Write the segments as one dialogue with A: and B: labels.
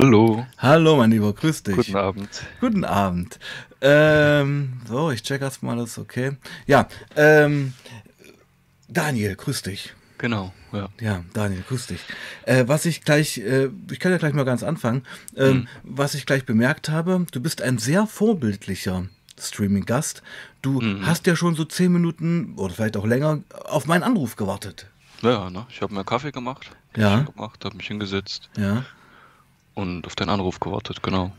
A: Hallo.
B: Hallo, mein Lieber, grüß dich.
A: Guten Abend.
B: Guten Abend. Ähm, so, ich check erstmal, das ist okay. Ja, ähm, Daniel, grüß dich.
A: Genau, ja.
B: Ja, Daniel, grüß dich. Äh, was ich gleich, äh, ich kann ja gleich mal ganz anfangen,
A: Mhm.
B: ähm, was ich gleich bemerkt habe, du bist ein sehr vorbildlicher Streaming-Gast. Du
A: Mhm.
B: hast ja schon so zehn Minuten oder vielleicht auch länger auf meinen Anruf gewartet.
A: Naja, ne? Ich habe mir Kaffee gemacht,
B: Ja,
A: gemacht, habe mich hingesetzt
B: ja.
A: und auf deinen Anruf gewartet, genau.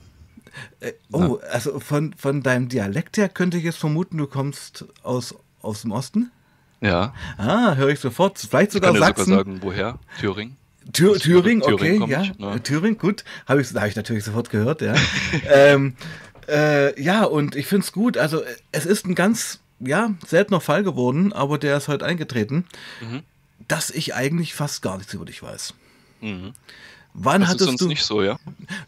B: Äh,
A: Ja.
B: oh, also von, von deinem Dialekt her könnte ich jetzt vermuten, du kommst aus, aus dem Osten?
A: Ja.
B: Ah, höre ich sofort. Vielleicht
A: Ich
B: sogar
A: kann dir sogar
B: Sachsen.
A: sagen, woher? Thüringen.
B: Thür
A: Aus Thür-
B: Thüringen,
A: Thüringen
B: okay,
A: komme
B: ja.
A: ich, ne?
B: Thüringen, gut. Habe ich, hab ich natürlich sofort gehört, ja. ähm, äh, ja, und ich finde es gut. Also, äh, es ist ein ganz, ja, seltener Fall geworden, aber der ist heute eingetreten,
A: Mhm.
B: dass ich eigentlich fast gar nichts über dich weiß.
A: Mhm.
B: Wann
A: Das ist
B: hattest
A: sonst
B: du.
A: nicht so, ja?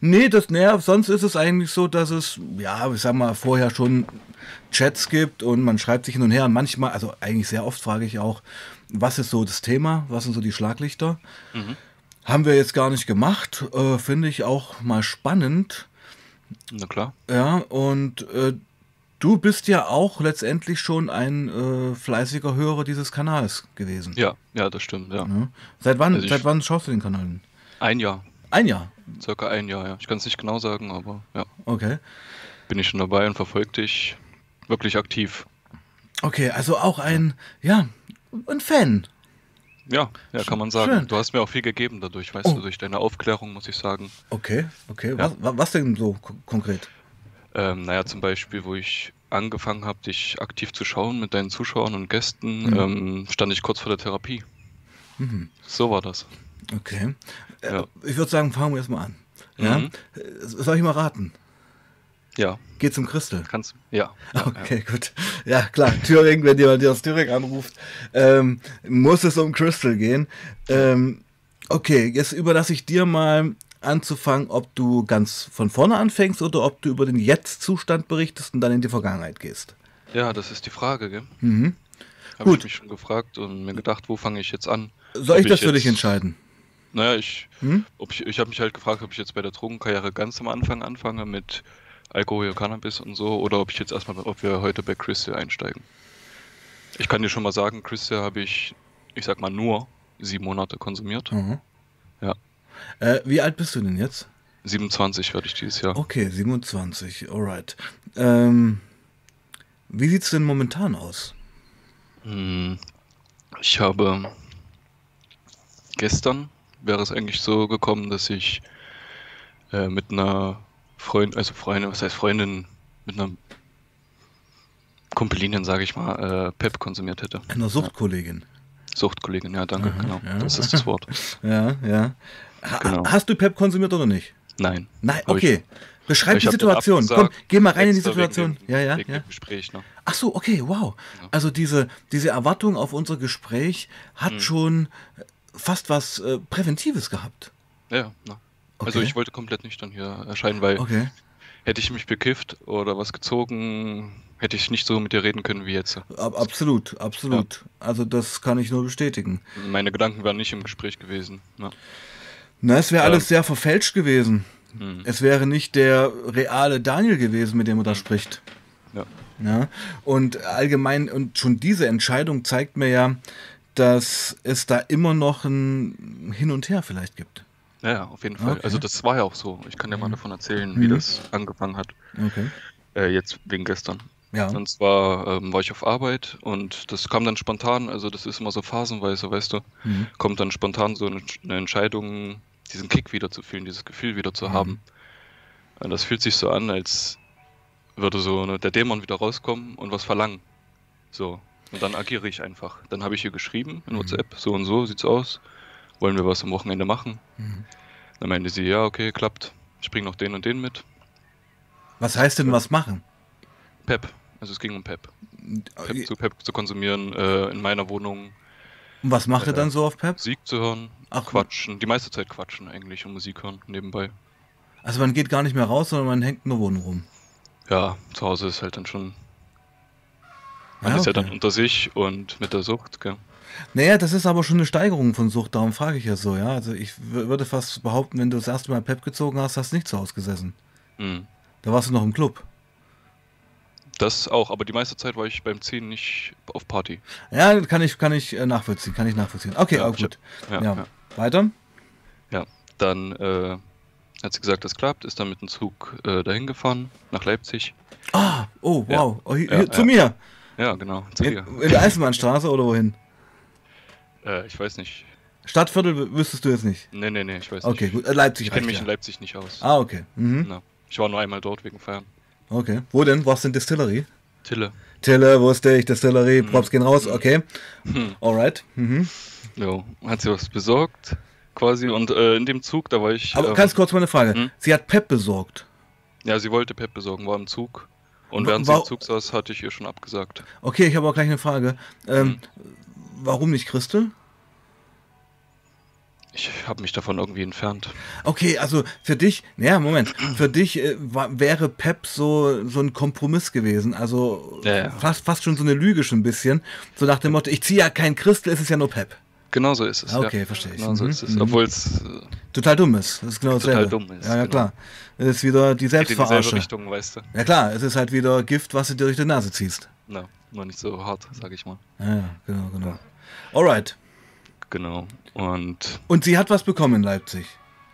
B: Nee, das, naja, sonst ist es eigentlich so, dass es, ja, ich sag mal, vorher schon Chats gibt und man schreibt sich hin und her. Und manchmal, also eigentlich sehr oft frage ich auch, was ist so das Thema? Was sind so die Schlaglichter?
A: Mhm.
B: Haben wir jetzt gar nicht gemacht. Äh, Finde ich auch mal spannend.
A: Na klar.
B: Ja, und äh, du bist ja auch letztendlich schon ein äh, fleißiger Hörer dieses Kanals gewesen.
A: Ja, ja, das stimmt, ja.
B: Ne? Seit wann,
A: Also
B: seit
A: ich,
B: wann schaust du den Kanal? denn?
A: ein Jahr,
B: Ein Jahr.
A: circa ein Jahr, ja. Ich kann es nicht genau sagen, aber ja,
B: Okay.
A: bin ich schon dabei und verfolge dich wirklich aktiv.
B: Okay, also auch
A: Ja.
B: ein, ja, ein Fan.
A: Ja, ja,
B: Sch-
A: kann man sagen.
B: Schön.
A: Du hast mir auch viel gegeben dadurch, weißt du,
B: Oh,
A: durch deine Aufklärung, muss ich sagen.
B: okay, okay.
A: Ja.
B: Was, wa- was denn so ko- konkret?
A: Ähm, naja, zum Beispiel, wo ich angefangen habe, dich aktiv zu schauen mit deinen Zuschauern und Gästen,
B: Hm.
A: ähm, stand ich kurz vor der Therapie.
B: Mhm.
A: So war das.
B: Okay. Äh,
A: Ja.
B: Ich würde sagen, fangen wir erstmal an. Ja?
A: Mhm.
B: Äh, Soll ich mal raten?
A: Ja,
B: Geht's um Christel?
A: kannst Ja, ja, ja.
B: Okay, gut. Ja, klar, Thüringen, wenn jemand dir aus Thüringen anruft, ähm, muss es um Crystal gehen.
A: Ja.
B: Ähm, okay, jetzt überlasse ich dir mal anzufangen, ob du ganz von vorne anfängst oder ob du über den Jetzt-Zustand berichtest und dann in die Vergangenheit gehst.
A: Ja, das ist die Frage, gell?
B: Mhm.
A: Habe ich
B: Gut,
A: mich schon gefragt und mir gedacht, wo fange ich jetzt an?
B: soll
A: Ob
B: ich
A: ich
B: das für dich
A: jetzt,
B: entscheiden?
A: naja, ich,
B: Hm?
A: ob ich, ich habe mich halt gefragt, ob ich jetzt bei der Drogenkarriere ganz am Anfang anfange mit Alkohol, Cannabis und so, oder ob ich jetzt erstmal, ob wir heute bei Crystal einsteigen. Ich kann dir schon mal sagen, Crystal habe ich, ich sag mal, nur sieben Monate konsumiert.
B: Mhm.
A: Ja.
B: Äh, wie alt bist du denn jetzt?
A: 27 werde ich dieses Jahr.
B: Okay, 27, alright. Ähm, wie sieht's denn momentan aus?
A: Hm, Ich habe gestern wäre es eigentlich so gekommen, dass ich äh, mit einer Freundin, also Freundin, was heißt Freundin, mit einer Kumpelinin, sage ich mal, äh, Pep konsumiert hätte.
B: Einer
A: Ja.
B: Suchtkollegin.
A: Suchtkollegin, ja, danke,
B: Aha,
A: genau. Das ist das
B: ja.
A: Wort.
B: Ja, ja. Ha ha-
A: Genau.
B: hast du Pep konsumiert oder nicht?
A: Nein,
B: Nein,
A: habe ich.
B: okay. Beschreib
A: Ich
B: die
A: habe das
B: Situation. Komm,
A: abgesagt,
B: geh mal rein in die
A: extra wegen
B: Situation.
A: dem,
B: Ja, ja,
A: wegen
B: ja.
A: dem Gespräch, ne?
B: Ach so, okay, wow.
A: Ja.
B: Also diese, diese Erwartung auf unser Gespräch hat
A: Hm.
B: schon fast was äh, Präventives gehabt.
A: Ja, ja, ne. Also
B: Okay, Oh.
A: ich wollte komplett nüchtern hier erscheinen, weil
B: okay.
A: Hätte ich mich bekifft oder was gezogen, hätte ich nicht so mit dir reden können wie jetzt.
B: Ab absolut,
A: Ja,
B: absolut. Also das kann ich nur bestätigen.
A: meine Gedanken wären nicht im Gespräch gewesen. Ja.
B: Na, es wäre
A: Ähm,
B: alles sehr verfälscht gewesen.
A: hm,
B: Es wäre nicht der reale Daniel gewesen, mit dem er da
A: hm,
B: spricht.
A: ja.
B: Ja, und allgemein, und schon diese Entscheidung zeigt mir ja, dass es da immer noch ein Hin und Her vielleicht gibt.
A: ja, ja, auf jeden Fall. Also
B: Okay.
A: das war ja auch so. Ich kann dir mal davon erzählen, wie
B: Mhm.
A: das angefangen hat.
B: Okay.
A: Äh, jetzt wegen gestern.
B: Ja.
A: Und zwar ähm, war ich auf Arbeit und das kam dann spontan. Also das ist immer so phasenweise, weißt du.
B: Mhm.
A: Kommt dann spontan so eine, eine Entscheidung, diesen Kick wieder zu fühlen, dieses Gefühl wieder zu haben.
B: Mhm.
A: Und das fühlt sich so an, als würde so ne, der Dämon wieder rauskommen und was verlangen. So, und dann agiere ich einfach. Dann habe ich ihr geschrieben in
B: Mhm.
A: WhatsApp, so und so sieht's aus. Wollen wir was am Wochenende machen?
B: Mhm.
A: Dann meinte sie, ja, okay, klappt. Ich bringe noch den und den mit.
B: Was heißt denn
A: Ja.
B: was machen?
A: Pep. Also es ging um Pep.
B: Ah,
A: Pep zu Pep zu konsumieren, äh, in meiner Wohnung
B: Und was macht er
A: äh,
B: dann so auf Pep?
A: Musik zu hören,
B: Ach, ne.
A: quatschen, die meiste Zeit quatschen eigentlich und Musik hören nebenbei.
B: also man geht gar nicht mehr raus, sondern man hängt nur Wohnung rum.
A: Ja, zu Hause ist halt dann schon, man
B: Ja,
A: ist ja dann
B: okay.
A: unter sich und mit der Sucht, gell?
B: Naja, das ist aber schon eine Steigerung von Sucht, darum frage ich ja so, ja. Also ich w- würde fast behaupten, wenn du das erste Mal Pep gezogen hast, hast du nicht zu Hause gesessen.
A: Mhm.
B: Da warst du noch im Club.
A: Das auch, aber die meiste Zeit war ich beim Ziehen nicht auf Party.
B: Ja, kann ich, kann ich äh, nachvollziehen, kann ich nachvollziehen. Okay,
A: Ja,
B: auch gut.
A: Ja,
B: Ja,
A: ja.
B: Weiter?
A: Dann äh, hat sie gesagt, das klappt, ist dann mit dem Zug äh, dahin gefahren, nach Leipzig.
B: Ah, oh,
A: Ja.
B: wow. Oh, hier,
A: Ja,
B: hier, zu
A: ja.
B: mir.
A: Ja, genau, zu
B: In,
A: dir.
B: in der Eisenbahnstraße oder wohin?
A: Äh, ich weiß nicht.
B: Stadtviertel w- wüsstest du jetzt nicht.
A: Nee, nee, nee, ich weiß
B: Okay,
A: nicht.
B: gut. Äh, Leipzig
A: Ich kenne
B: reicht
A: mich
B: ja.
A: in Leipzig nicht aus.
B: Ah, okay. Mhm.
A: Na, ich war nur einmal dort wegen Feiern.
B: Okay. Wo denn? Was denn Distillery?
A: Tille.
B: Tille, wusste ich, Distillery,
A: Mhm.
B: Props gehen raus, okay. Alright. Mhm.
A: Ja, hat sie was besorgt, quasi. Und äh, in dem Zug, da war ich.
B: Aber
A: ähm,
B: ganz kurz mal eine Frage.
A: Hm?
B: Sie hat Pep besorgt.
A: ja, sie wollte Pep besorgen, war im Zug. Und
B: Wa-
A: während sie im
B: wa-
A: Zug saß, hatte ich ihr schon abgesagt.
B: Okay, ich habe auch gleich eine Frage.
A: Mhm.
B: Ähm, Warum nicht Christel?
A: Ich habe mich davon irgendwie entfernt.
B: Okay, also für dich, naja, Moment, für dich äh, wa- wäre Pep so, so ein Kompromiss gewesen, also
A: Ja, ja.
B: Fast, fast schon so eine Lüge schon ein bisschen, so nach dem Motto, ich ziehe ja kein Christel, es ist ja nur Pep.
A: Genau so ist es.
B: Ah, okay,
A: ja.
B: verstehe ich.
A: Genau so
B: Mhm,
A: ist es.
B: mhm.
A: Obwohl es äh,
B: Total dumm ist, das ist genau
A: Total
B: dasselbe.
A: dumm ist,
B: ja, ja,
A: genau.
B: klar. Das ist wieder die
A: geht in dieselbe
B: Selbstverarsche.
A: Richtung, weißt du.
B: Ja klar, es ist halt wieder Gift, was du dir durch die Nase ziehst.
A: Na, nur nicht so hart, sag ich mal.
B: Ja, ja, genau, genau. Alright.
A: Genau. Und
B: Und sie hat was bekommen in Leipzig.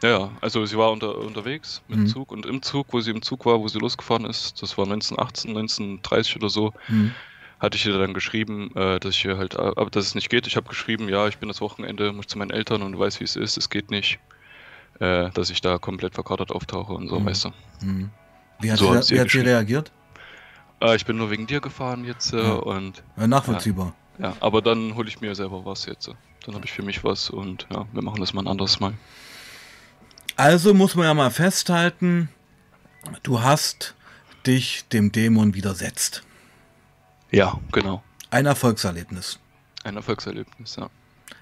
A: ja, ja, also sie war unter, unterwegs mit dem
B: Mhm.
A: Zug und im Zug, wo sie im Zug war, wo sie losgefahren ist, das war 1918, 1930 oder so,
B: Hm.
A: hatte ich ihr dann geschrieben, äh, dass ich ihr halt, äh, aber dass es nicht geht. Ich habe geschrieben, ja, ich bin das Wochenende, muss zu meinen Eltern und du weißt, wie es ist, es geht nicht. Äh, dass ich da komplett verkatert auftauche und so,
B: Mhm.
A: weißt du.
B: Hm. Wie hat,
A: So hat
B: sie,
A: sie
B: wie hat sie
A: geschrieben.
B: reagiert?
A: Äh, ich bin nur wegen dir gefahren jetzt äh,
B: Ja.
A: und
B: Ja, nachvollziehbar.
A: ja, aber dann hole ich mir selber was jetzt. äh. Dann habe ich für mich was und ja, wir machen das mal ein anderes Mal.
B: Also muss man ja mal festhalten, du hast dich dem Dämon widersetzt.
A: Ja, genau.
B: Ein Erfolgserlebnis.
A: Ein Erfolgserlebnis, ja.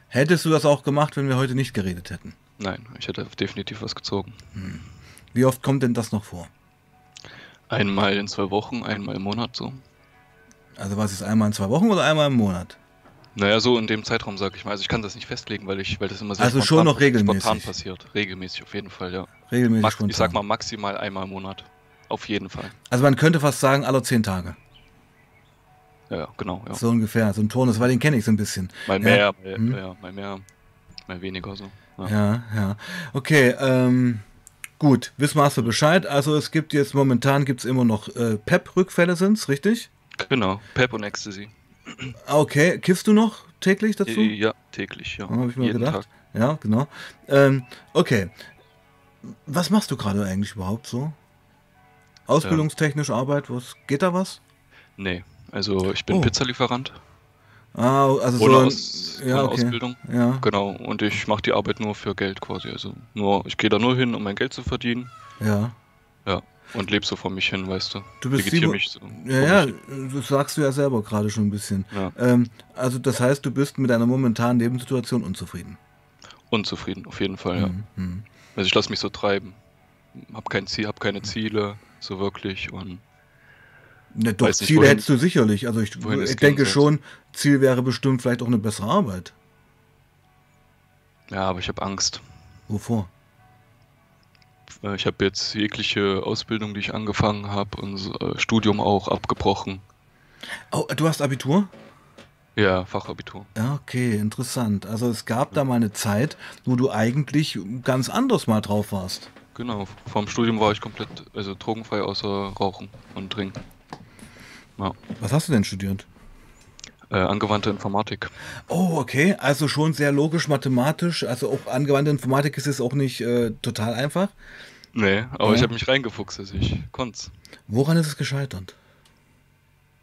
B: Hättest du das auch gemacht, wenn wir heute nicht geredet hätten?
A: Nein, ich hätte definitiv was gezogen.
B: Wie oft kommt denn das noch vor?
A: Einmal in zwei Wochen, einmal im Monat so.
B: Also was ist einmal in zwei Wochen oder einmal im Monat?
A: Naja, so in dem Zeitraum, sag ich mal. Also ich kann das nicht festlegen, weil ich, weil das immer sehr
B: Also schon noch regelmäßig.
A: spontan passiert. Regelmäßig auf jeden Fall, ja.
B: Regelmäßig
A: Max, ich sag
B: spontan.
A: mal maximal einmal im Monat. Auf jeden Fall.
B: Also man könnte fast sagen, alle zehn Tage.
A: Ja, ja genau. Ja.
B: So ungefähr, so ein Turnus, weil den kenne ich so ein bisschen.
A: Mal
B: Ja.
A: mehr, Mal,
B: Hm.
A: ja, mal mehr, mal weniger so. Ja.
B: Ja, ja. Okay, ähm, gut, wissen wir erstmal Bescheid. Also es gibt jetzt momentan gibt's immer noch äh, PEP-Rückfälle sind's, richtig? Ah,
A: Genau. Pep und Ecstasy. Äh,
B: Okay, kiffst du noch täglich dazu?
A: Ja, täglich, ja.
B: Ja, Habe ich mir
A: Jeden
B: gedacht.
A: Tag.
B: Ja, genau. Ähm, okay. Was machst du gerade eigentlich überhaupt so? Ausbildungstechnische Arbeit, was geht da was?
A: Nee. Also ich bin
B: Oh.
A: Pizzalieferant.
B: Ah, also
A: Ohne
B: so ein,
A: Aus-
B: ja,
A: ohne
B: okay.
A: Ausbildung.
B: Ja,
A: Genau. Und ich mache die Arbeit nur für Geld quasi. Also nur, ich gehe da nur hin, um mein Geld zu verdienen.
B: ja.
A: Ja. Und lebe so vor mich hin, weißt du.
B: Du bist
A: Vegetier
B: Sibo-
A: mich so. vor
B: Ja, ja,
A: mich hin.
B: das sagst du ja selber gerade schon ein bisschen.
A: Ja.
B: Ähm, also das heißt, du bist mit deiner momentanen Lebenssituation unzufrieden.
A: Unzufrieden, auf jeden Fall, ja.
B: Mhm, mhm.
A: Also ich lasse mich so treiben. Hab kein Ziel, hab keine Ziele, so wirklich. Und
B: Na, doch,
A: Weiß nicht,
B: Ziele
A: wohin-
B: hättest du sicherlich. Also ich,
A: wohin es
B: ich
A: gehen
B: denke
A: soll.
B: schon, Ziel wäre bestimmt vielleicht auch eine bessere Arbeit.
A: ja, aber ich habe Angst.
B: Wovor?
A: Äh, Ich habe jetzt jegliche Ausbildung, die ich angefangen habe und so, äh, Studium auch abgebrochen.
B: Oh, du hast Abitur?
A: Ja, Fachabitur.
B: Ja, okay, interessant. Also es gab da mal eine Zeit, wo du eigentlich ganz anders mal drauf warst.
A: Genau. Vom Studium war ich komplett, also drogenfrei außer Rauchen und Trinken. Ja.
B: Was hast du denn studiert?
A: Äh, angewandte Informatik.
B: Oh, okay, also schon sehr logisch, mathematisch. Also auch angewandte Informatik ist es auch nicht äh, total einfach.
A: Nee, aber
B: Ja.
A: ich habe mich reingefuchst, also ich konnt's.
B: Woran ist es gescheitert?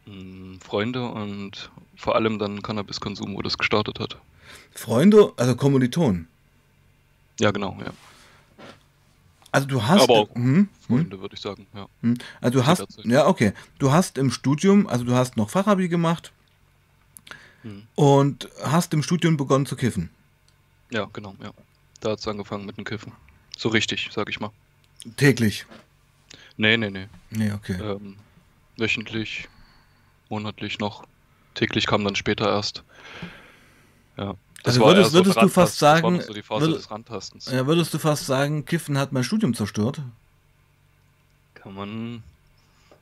A: Hm, Freunde und vor allem dann Cannabiskonsum, wo das gestartet hat.
B: Freunde, also Kommilitonen.
A: Ja, genau, ja.
B: Also du hast,
A: Aber auch
B: hm, hm,
A: Freunde, würde ich sagen, ja.
B: hm. also du hast,
A: dazu.
B: ja okay, du hast im Studium, also du hast noch Fachabi gemacht
A: Hm.
B: und hast im Studium begonnen zu kiffen.
A: Ja, genau, ja. Da hat's angefangen mit dem Kiffen. So richtig, sag ich mal.
B: Täglich.
A: Nee, nee, nee.
B: Nee, okay.
A: Ähm, wöchentlich, monatlich noch. Täglich kam dann später erst. Ja.
B: Also würdest,
A: eher so
B: würdest du fast
A: Randtasten, das war
B: sagen,
A: noch so die Phase
B: würd-
A: des Randtastens.
B: Ja, würdest du fast sagen, Kiffen hat mein Studium zerstört?
A: Kann man.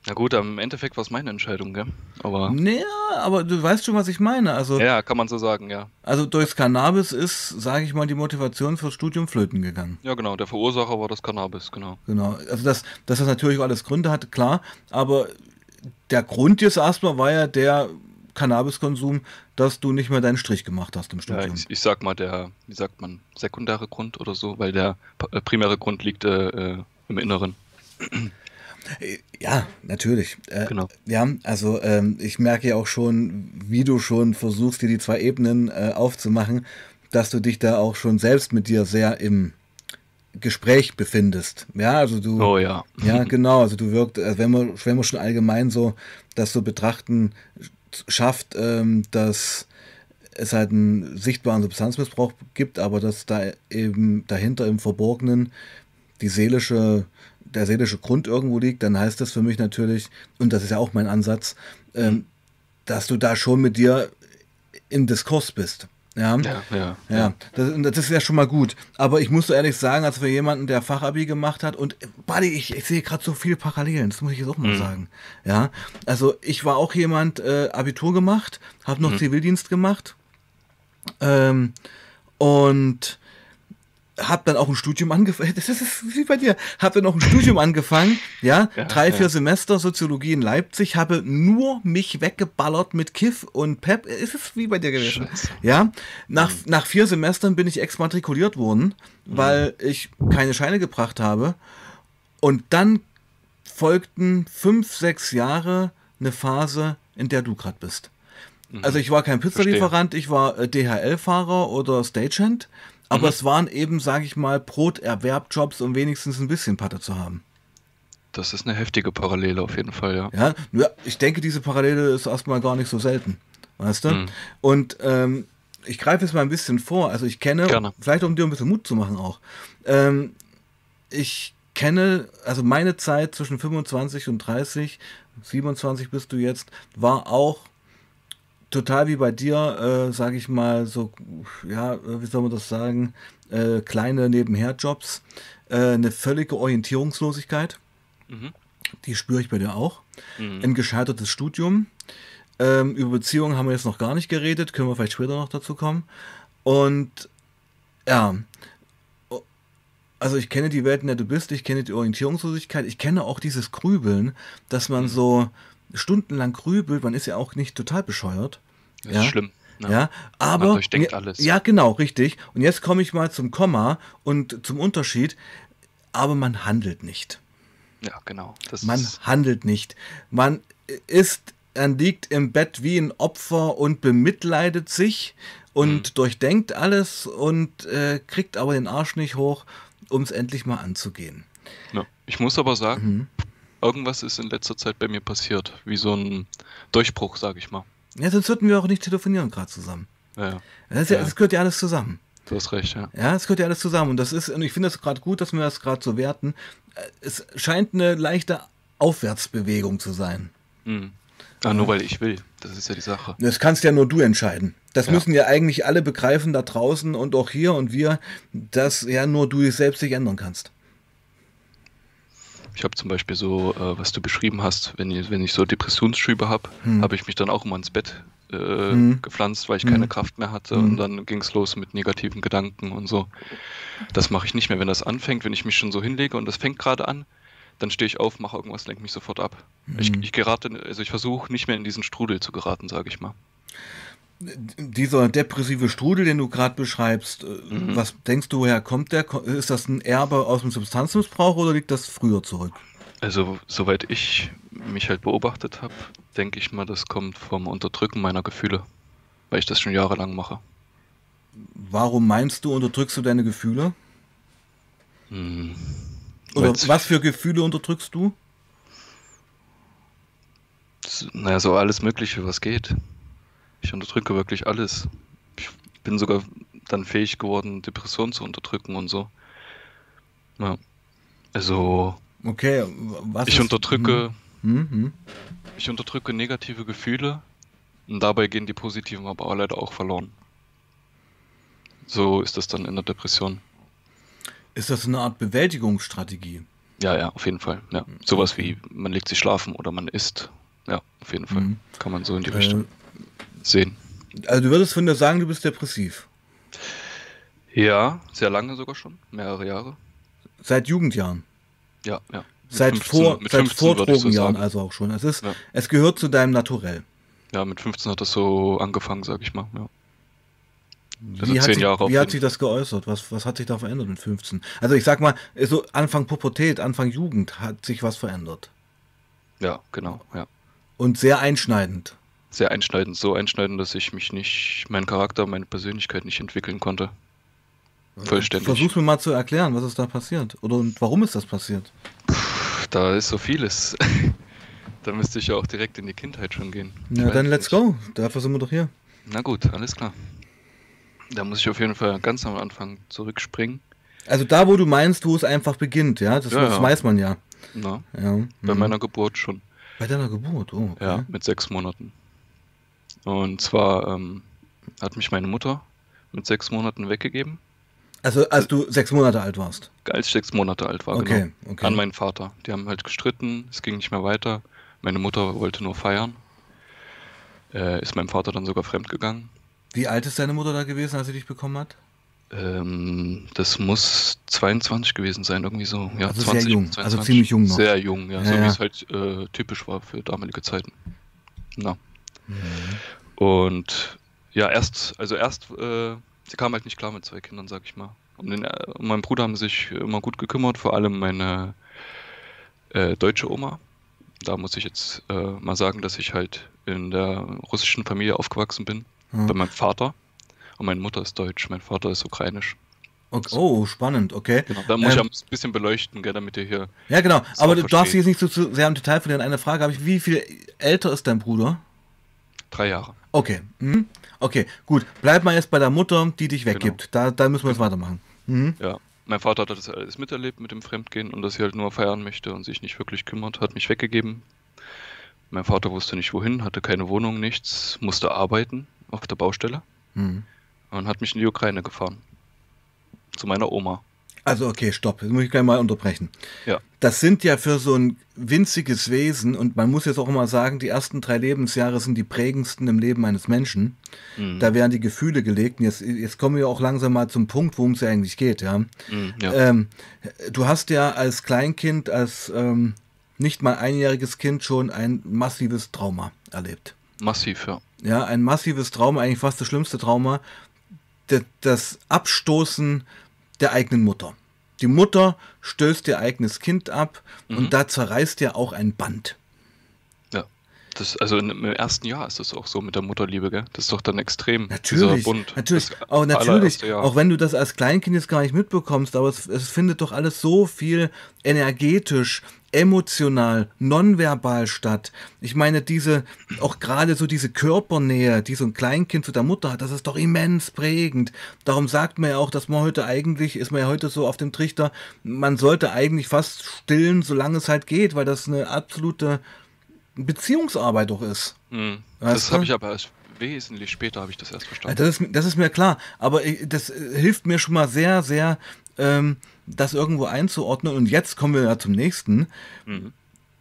A: Na gut, im Endeffekt war es meine Entscheidung, gell? Aber.
B: Naja, aber du weißt schon, was ich meine. Also,
A: Ja, kann man so sagen, ja.
B: also durchs Cannabis ist, sage ich mal, die Motivation fürs Studium flöten gegangen.
A: Ja, genau. Der Verursacher war das Cannabis, genau.
B: Genau. Also das, dass das natürlich auch alles Gründe hat, klar, aber der Grund jetzt erstmal war ja der Cannabiskonsum, dass du nicht mehr deinen Strich gemacht hast im
A: Ja,
B: Studium.
A: ich, ich sag mal, der, wie sagt man, sekundäre Grund oder so, weil der pa- äh, primäre Grund liegt äh, äh, im Inneren.
B: Äh, Ja, natürlich. Äh,
A: Genau.
B: Ja, also ähm, ich merke ja auch schon, wie du schon versuchst, dir die zwei Ebenen äh, aufzumachen, dass du dich da auch schon selbst mit dir sehr im Gespräch befindest. Ja, also du.
A: Oh ja.
B: Ja, genau. Also du wirkt, also wenn man, wenn man schon allgemein so das so betrachten sch- schafft, ähm, dass es halt einen sichtbaren Substanzmissbrauch gibt, aber dass da eben dahinter im Verborgenen die seelische, der seelische Grund irgendwo liegt, dann heißt das für mich natürlich, und das ist ja auch mein Ansatz, ähm, dass du da schon mit dir im Diskurs bist. Ja.
A: Ja, ja.
B: Ja, das, und das ist ja schon mal gut. Aber ich muss so ehrlich sagen, als für jemanden, der Fachabi gemacht hat und Buddy, ich, ich sehe gerade so viele Parallelen, das muss ich jetzt auch mal
A: Mhm.
B: sagen. Ja, also ich war auch jemand, äh, Abitur gemacht, habe
A: Mhm.
B: noch Zivildienst gemacht ähm, und habe dann auch ein Studium angefangen. Das ist wie bei dir. Habe dann auch ein Studium angefangen, ja,
A: Ja,
B: drei,
A: ja.
B: vier Semester Soziologie in Leipzig, habe nur mich weggeballert mit Kiff und Pep. Es ist wie bei dir gewesen.
A: Scheiße.
B: Ja, nach, nach vier Semestern bin ich exmatrikuliert worden, weil ich keine Scheine gebracht habe. Und dann folgten fünf, sechs Jahre eine Phase, in der du gerade bist. Also ich war kein Pizzalieferant, ich war äh, DHL-Fahrer oder Stagehand, aber es waren eben, sage ich mal, Broterwerbjobs, um wenigstens ein bisschen Patte zu haben.
A: Das ist eine heftige Parallele auf jeden Fall, ja.
B: Ja, ja ich denke, diese Parallele ist erstmal gar nicht so selten, weißt du?
A: Mhm.
B: Und ähm, ich greife jetzt mal ein bisschen vor, also ich kenne,
A: Gerne.
B: vielleicht um dir ein bisschen Mut zu machen auch, ähm, ich kenne, also meine Zeit zwischen 25 und 30, 27 bist du jetzt, war auch total wie bei dir, äh, sage ich mal, so, ja, äh, wie soll man das sagen, äh, kleine Nebenherjobs, äh, eine völlige Orientierungslosigkeit.
A: Mhm.
B: Die spüre ich bei dir auch.
A: Mhm.
B: Ein gescheitertes Studium. Ähm, über Beziehungen haben wir jetzt noch gar nicht geredet, können wir vielleicht später noch dazu kommen. Und ja, O- also ich kenne die Welt, in der du bist, ich kenne die Orientierungslosigkeit, ich kenne auch dieses Grübeln, dass
A: Mhm.
B: man so stundenlang grübelt, man ist ja auch nicht total bescheuert.
A: Das
B: ja.
A: ist schlimm. ne?
B: Ja, aber.
A: durchdenkt
B: ja,
A: alles.
B: Ja, genau, richtig. Und jetzt komme ich mal zum Komma und zum Unterschied. Aber man handelt nicht.
A: Ja, genau. Das
B: Man
A: ist,
B: handelt nicht. Man ist, man liegt im Bett wie ein Opfer und bemitleidet sich und durchdenkt alles und äh, kriegt aber den Arsch nicht hoch, um es endlich mal anzugehen.
A: ja. ne. Ich muss aber sagen,
B: Mhm.
A: irgendwas ist in letzter Zeit bei mir passiert. Wie so ein Durchbruch, sag ich mal.
B: Ja, sonst würden wir auch nicht telefonieren gerade zusammen.
A: Ja, ja.
B: Das, ist ja,
A: Ja.
B: das gehört ja alles zusammen.
A: Du hast recht, ja.
B: Ja, es gehört ja alles zusammen. Und das ist, und ich finde es gerade gut, dass wir das gerade so werten. Äh, Es scheint eine leichte Aufwärtsbewegung zu sein.
A: Mhm. Ah, nur weil ich will. Das ist ja die Sache.
B: Das kannst ja nur du entscheiden. Das
A: Ja.
B: müssen ja eigentlich alle begreifen da draußen und auch hier und wir, dass ja nur du es selbst dich ändern kannst.
A: Ich habe zum Beispiel so, äh, was du beschrieben hast, wenn ich, wenn ich so Depressionsschübe habe, habe ich mich dann auch immer ins Bett äh, gepflanzt, weil ich keine Kraft mehr hatte. Und dann ging es los mit negativen Gedanken und so. Das mache ich nicht mehr. Wenn das anfängt, wenn ich mich schon so hinlege und das fängt gerade an, dann stehe ich auf, mache irgendwas, lenke mich sofort ab. Ich, ich gerate, also ich versuche nicht mehr in diesen Strudel zu geraten, sage ich mal.
B: Dieser depressive Strudel, den du gerade beschreibst, äh,
A: Mhm.
B: was denkst du, woher kommt der? Ko- Ist das ein Erbe aus dem Substanzmissbrauch oder liegt das früher zurück?
A: Also, soweit ich mich halt beobachtet habe, denke ich mal, das kommt vom Unterdrücken meiner Gefühle, weil ich das schon jahrelang mache.
B: Warum meinst du, unterdrückst du deine Gefühle?
A: Hm.
B: Oder
A: Weil's-
B: was für Gefühle unterdrückst du?
A: S- Naja, so alles Mögliche, was geht. Ich unterdrücke wirklich alles. Ich bin sogar dann fähig geworden, Depressionen zu unterdrücken und so. Ja. Also,
B: Okay, w- was
A: ich
B: ist-
A: unterdrücke,
B: Hm, hm.
A: ich unterdrücke negative Gefühle und dabei gehen die positiven aber leider auch verloren. So ist das dann in der Depression.
B: Ist das eine Art Bewältigungsstrategie?
A: Ja, ja, auf jeden Fall. Ja. Sowas wie man legt sich schlafen oder man isst. Ja, auf jeden Fall.
B: Mhm.
A: Kann man so in die
B: Äh,
A: Richtung sehen.
B: Also du würdest von dir sagen, du bist depressiv.
A: Ja, sehr lange sogar schon. Mehrere Jahre.
B: Seit Jugendjahren.
A: Ja, ja. Mit
B: Seit,
A: 15
B: vor,
A: mit
B: seit
A: 15
B: vor
A: würde ich so
B: Drogenjahren
A: sagen.
B: also auch schon. Es, ist,
A: Ja.
B: es gehört zu deinem Naturell.
A: Ja, mit 15 hat das so angefangen, sag ich mal. Ja. Also
B: wie hat,
A: zehn
B: sich,
A: Jahre auf
B: wie hat
A: jeden-
B: sich das geäußert? Was, was hat sich da verändert mit 15? Also ich sag mal, so Anfang Pubertät, Anfang Jugend hat sich was verändert.
A: ja, genau. Ja.
B: Und sehr einschneidend.
A: Sehr einschneidend. So einschneidend, dass ich mich nicht, meinen Charakter, meine Persönlichkeit nicht entwickeln konnte. Vollständig.
B: Versuch's mir mal zu erklären, was ist da passiert? Oder und warum ist das passiert?
A: Da ist so vieles. da müsste ich ja auch direkt in die Kindheit schon gehen. Ich
B: Na
A: weiß
B: dann
A: es
B: let's
A: nicht.
B: go. Dafür sind wir doch hier.
A: Na gut, alles klar. Da muss ich auf jeden Fall ganz am Anfang zurückspringen.
B: Also da, wo du meinst, wo es einfach beginnt, ja, das,
A: Ja,
B: das
A: ja.
B: weiß man ja.
A: Na,
B: ja.
A: bei
B: mhm.
A: meiner Geburt schon.
B: Bei deiner Geburt, oh. Okay.
A: Ja, mit sechs Monaten. Und zwar ähm, hat mich meine Mutter mit sechs Monaten weggegeben,
B: Also als du sechs Monate alt warst.
A: als ich sechs Monate alt war,
B: okay,
A: genau.
B: okay.
A: An meinen Vater. Die haben halt gestritten, es ging nicht mehr weiter. Meine Mutter wollte nur feiern. Äh, ist meinem Vater dann sogar fremdgegangen.
B: Wie alt ist deine Mutter da gewesen, als sie dich bekommen hat?
A: Ähm, das muss 22 gewesen sein, irgendwie so. Ja,
B: Also sehr jung, also ziemlich jung noch.
A: Sehr jung, ja,
B: Ja,
A: so
B: ja.
A: wie es halt äh, typisch war für damalige Zeiten. Na. Mhm. Und ja, erst, also erst, äh, sie kam halt nicht klar mit zwei Kindern, sag ich mal. Um, den, äh, um meinen Bruder haben sie sich immer gut gekümmert, vor allem meine äh, deutsche Oma. Da muss ich jetzt äh, mal sagen, dass ich halt in der russischen Familie aufgewachsen bin,
B: Ja.
A: bei meinem Vater. Und meine Mutter ist deutsch, mein Vater ist ukrainisch.
B: Okay. Oh, spannend, okay.
A: Genau, da muss
B: Ähm,
A: ich ja ein bisschen beleuchten, gell, damit ihr hier.
B: Ja, genau.
A: Das
B: Aber
A: auch
B: du darfst dich
A: verstehen.
B: jetzt nicht so zu sehr im Detail verlieren. Eine Frage habe ich, wie viel älter ist dein Bruder?
A: Drei Jahre.
B: Okay. Mhm. Okay, gut. Bleib mal jetzt bei der Mutter, die dich
A: Genau.
B: weggibt. Da, da müssen wir jetzt weitermachen. Mhm.
A: Ja. Mein Vater hat das alles miterlebt mit dem Fremdgehen und dass sie halt nur feiern möchte und sich nicht wirklich kümmert, hat mich weggegeben. Mein Vater wusste nicht wohin, hatte keine Wohnung, nichts, musste arbeiten auf der Baustelle
B: Mhm.
A: und hat mich in die Ukraine gefahren. Zu meiner Oma.
B: Also okay, stopp. Jetzt muss ich gleich mal unterbrechen.
A: Ja.
B: Das sind ja für so ein winziges Wesen und man muss jetzt auch immer sagen, die ersten drei Lebensjahre sind die prägendsten im Leben eines Menschen.
A: Mhm.
B: Da werden die Gefühle gelegt. Und jetzt, jetzt kommen wir auch langsam mal zum Punkt, worum es ja eigentlich geht. Ja.
A: Mhm, ja.
B: Ähm, du hast ja als Kleinkind, als ähm, nicht mal einjähriges Kind schon ein massives Trauma erlebt.
A: Massiv, ja.
B: Ja, ein massives Trauma, eigentlich fast das schlimmste Trauma, das, das Abstoßen der eigenen Mutter. Die Mutter stößt ihr eigenes Kind ab
A: Mhm.
B: und da zerreißt ja auch ein Band.
A: ja. Das, also in- im ersten Jahr ist das auch so mit der Mutterliebe, gell? Das ist doch dann extrem. dieser
B: Natürlich,
A: Bund.
B: natürlich,
A: Das
B: auch natürlich,
A: allererste Jahr.
B: auch wenn du das als Kleinkind jetzt gar nicht mitbekommst, aber es, es findet doch alles so viel energetisch, emotional, nonverbal statt. Ich meine, diese, auch gerade so diese Körpernähe, die so ein Kleinkind zu der Mutter hat, das ist doch immens prägend. Darum sagt man ja auch, dass man heute eigentlich, ist man ja heute so auf dem Trichter, man sollte eigentlich fast stillen, solange es halt geht, weil das eine absolute Beziehungsarbeit doch ist.
A: Mhm.
B: Weißt
A: Das
B: du?
A: habe ich aber erst wesentlich später habe ich das erst verstanden.
B: Ah, Das ist, das ist mir klar, aber ich- das äh, hilft mir schon mal sehr, sehr, ähm, das irgendwo einzuordnen. Und jetzt kommen wir ja zum nächsten.
A: Mhm.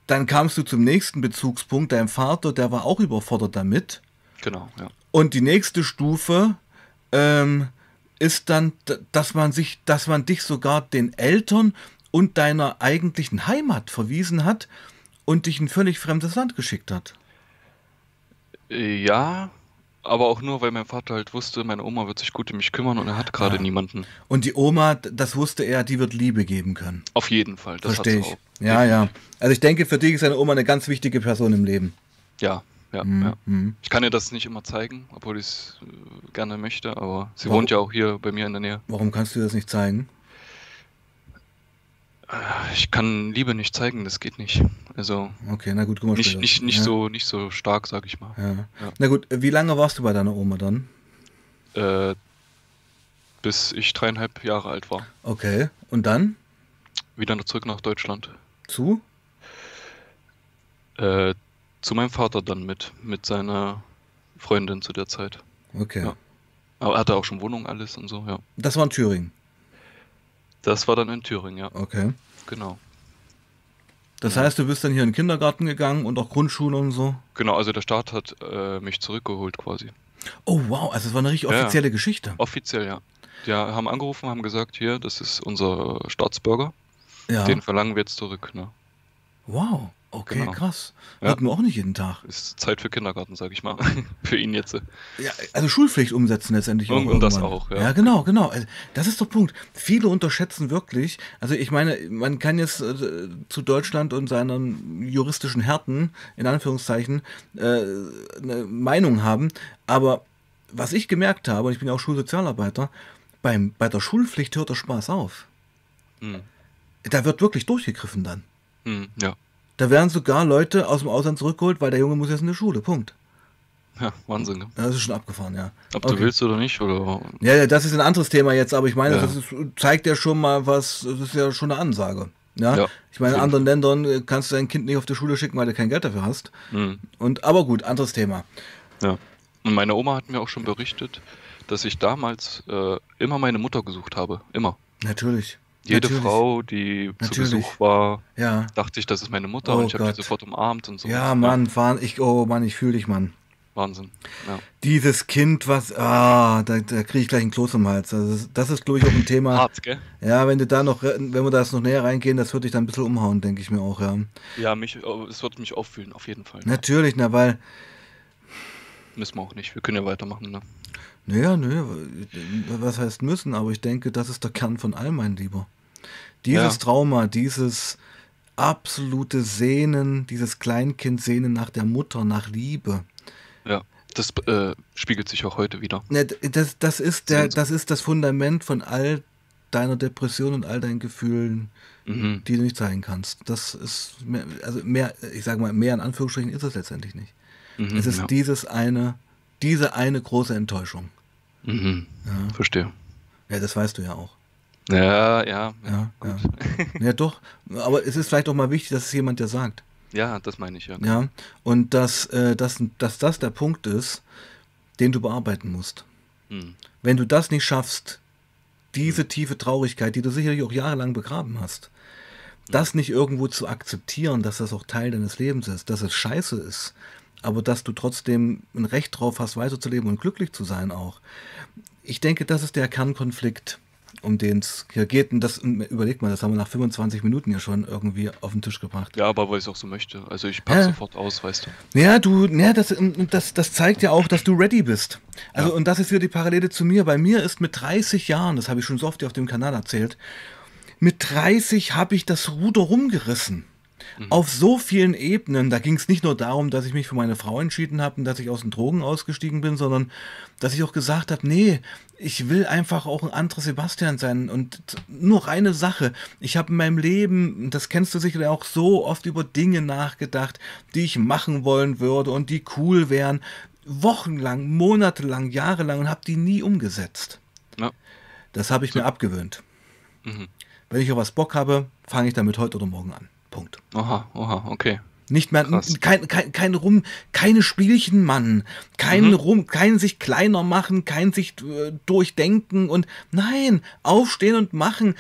B: Dann kamst du zum nächsten Bezugspunkt, dein Vater, der war auch überfordert damit.
A: Genau, ja.
B: Und die nächste Stufe ähm, ist dann, d- dass man sich, dass man dich sogar den Eltern und deiner eigentlichen Heimat verwiesen hat und dich in ein völlig fremdes Land geschickt hat.
A: Äh, Ja, aber auch nur, weil mein Vater halt wusste, meine Oma wird sich gut um mich kümmern und er hat gerade niemanden.
B: Und die Oma, d- das wusste er, die wird Liebe geben können.
A: Auf jeden Fall, das hat
B: Verstehe
A: sie
B: ich.
A: auch.
B: Ja, ja. Also ich denke, für dich ist deine Oma eine ganz wichtige Person im Leben.
A: Ja, ja, ja.
B: Mhm.
A: Ich kann ihr das nicht immer zeigen, obwohl ich es äh, gerne möchte, aber sie
B: Warum?
A: wohnt ja auch hier bei mir in der Nähe.
B: Warum kannst du das nicht zeigen?
A: Ich kann Liebe nicht zeigen, das geht nicht. Also
B: Okay, na gut, guck mal
A: nicht,
B: später.
A: nicht, nicht,
B: ja.
A: so, nicht so stark, sag ich mal.
B: Ja.
A: Ja.
B: Na gut, wie lange warst du bei deiner Oma dann?
A: Äh, bis ich dreieinhalb Jahre alt war.
B: Okay. Und dann?
A: Wieder zurück nach Deutschland.
B: Zu?
A: Äh, zu meinem Vater dann mit, mit seiner Freundin zu der Zeit.
B: Okay.
A: Ja. Aber hat er auch schon Wohnung alles und so, ja.
B: Das war in Thüringen.
A: Das war dann in Thüringen, ja.
B: Okay.
A: Genau.
B: Das heißt, du bist dann hier in den Kindergarten gegangen und auch Grundschule und so.
A: Genau, also der Staat hat äh, mich zurückgeholt quasi.
B: Oh wow, also es war eine richtig
A: Ja, ja.
B: offizielle Geschichte.
A: Offiziell, ja. Die haben angerufen, haben gesagt, hier, das ist unser Staatsbürger,
B: Ja.
A: den verlangen wir jetzt zurück. Ne?
B: Wow. Okay,
A: Genau.
B: krass.
A: Ja.
B: Hatten wir auch nicht jeden Tag.
A: Ist Zeit für Kindergarten, sag ich mal. für ihn jetzt.
B: Ja, also Schulpflicht umsetzen letztendlich
A: Und- und das
B: irgendwann.
A: auch, ja.
B: Ja, genau, genau. Also das ist der Punkt. Viele unterschätzen wirklich, also ich meine, man kann jetzt äh, zu Deutschland und seinen juristischen Härten, in Anführungszeichen, äh, eine Meinung haben, aber was ich gemerkt habe, und ich bin ja auch Schulsozialarbeiter, beim, bei der Schulpflicht hört der Spaß auf.
A: Hm.
B: Da wird wirklich durchgegriffen dann.
A: Hm, ja.
B: Da werden sogar Leute aus dem Ausland zurückgeholt, weil der Junge muss jetzt in die Schule, Punkt.
A: ja, Wahnsinn. gell?
B: Das ist schon abgefahren, ja.
A: Ob du
B: Okay.
A: willst oder nicht, oder
B: Ja, ja, das ist ein anderes Thema jetzt, aber ich meine,
A: Ja.
B: das ist, zeigt ja schon mal was, das ist ja schon eine Ansage. Ja?
A: Ja,
B: ich meine, in
A: auf
B: anderen Ländern äh, kannst du dein Kind nicht auf die Schule schicken, weil du kein Geld dafür hast.
A: Hm,
B: Und aber gut, anderes Thema.
A: ja. Und meine Oma hat mir auch schon berichtet, dass ich damals äh, immer meine Mutter gesucht habe. Immer.
B: Natürlich.
A: Jede
B: Natürlich.
A: Frau, die zu
B: Natürlich.
A: Besuch war,
B: Ja.
A: dachte ich, das ist meine Mutter
B: Oh
A: und ich habe
B: Gott.
A: die sofort umarmt und so.
B: Ja, Mann, Wahn, ich, oh Mann, ich fühle dich, Mann.
A: Wahnsinn. Ja.
B: Dieses Kind, was, ah, da, da kriege ich gleich einen Kloß im Hals. Das ist, das ist glaube ich, auch ein Thema.
A: Hart, gell?
B: Ja, wenn du da noch, wenn wir da jetzt noch näher reingehen, das wird dich dann ein bisschen umhauen, denke ich mir auch, ja.
A: Ja, mich, oh, es wird mich auffühlen, auf jeden Fall.
B: Natürlich, na, weil,
A: Müssen wir auch nicht. Wir können ja weitermachen, ne?
B: Naja, nö, was heißt müssen, aber ich denke, das ist der Kern von all mein Lieber. Dieses
A: Ja.
B: Trauma, dieses absolute Sehnen, dieses Kleinkind-Sehnen nach der Mutter, nach Liebe.
A: Ja. Das äh, spiegelt sich auch heute wieder.
B: Ne, d- Das, das, ist der,
A: Sehnsucht.
B: das ist das Fundament von all deiner Depression und all deinen Gefühlen,
A: Mhm.
B: die du nicht zeigen kannst. Das ist mehr, also mehr, ich sage mal, mehr in Anführungsstrichen ist es letztendlich nicht.
A: Mhm,
B: es ist
A: ja.
B: dieses eine, diese eine große Enttäuschung.
A: Mhm.
B: Ja.
A: Verstehe.
B: Ja, das weißt du ja auch.
A: Ja, ja, ja.
B: Ja, ja. ja, doch. Aber es ist vielleicht auch mal wichtig, dass es jemand dir sagt.
A: Ja, das meine ich ja.
B: Ja. Und dass, äh, dass, dass das der Punkt ist, den du bearbeiten musst.
A: Mhm.
B: Wenn du das nicht schaffst, diese tiefe Traurigkeit, die du sicherlich auch jahrelang begraben hast, das nicht irgendwo zu akzeptieren, dass das auch Teil deines Lebens ist, dass es scheiße ist, aber dass du trotzdem ein Recht drauf hast, weiterzuleben und glücklich zu sein auch. Ich denke, das ist der Kernkonflikt, um den es hier geht. Und das, überleg mal, das haben wir nach 25 Minuten ja schon irgendwie auf den Tisch gebracht.
A: Ja, aber weil ich es auch so möchte. Also ich packe
B: Ja.
A: sofort aus, weißt du.
B: Ja, du, ja, das, ähm, das, das zeigt ja auch, dass du ready bist. Also,
A: Ja.
B: und das ist wieder die Parallele zu mir. Bei mir ist mit 30 Jahren, das habe ich schon so oft hier auf dem Kanal erzählt, mit 30 habe ich das Ruder rumgerissen. Auf so vielen Ebenen. Da ging es nicht nur darum, dass ich mich für meine Frau entschieden habe und dass ich aus den Drogen ausgestiegen bin, sondern dass ich auch gesagt habe, nee, ich will einfach auch ein anderer Sebastian sein. Und nur eine Sache. Ich habe in meinem Leben, das kennst du sicherlich auch so oft über Dinge nachgedacht, die ich machen wollen würde und die cool wären. Wochenlang, monatelang, jahrelang und habe die nie umgesetzt.
A: Ja.
B: Das habe ich mir abgewöhnt.
A: Mhm.
B: Wenn ich auf was Bock habe, fange ich damit heute oder morgen an. Punkt.
A: Oha, oha, okay.
B: Nicht mehr,
A: Krass.
B: n- kein, kein, kein Rum, keine Spielchen, Mann. Kein Rum, kein sich kleiner machen, kein sich äh, durchdenken und nein, aufstehen und machen.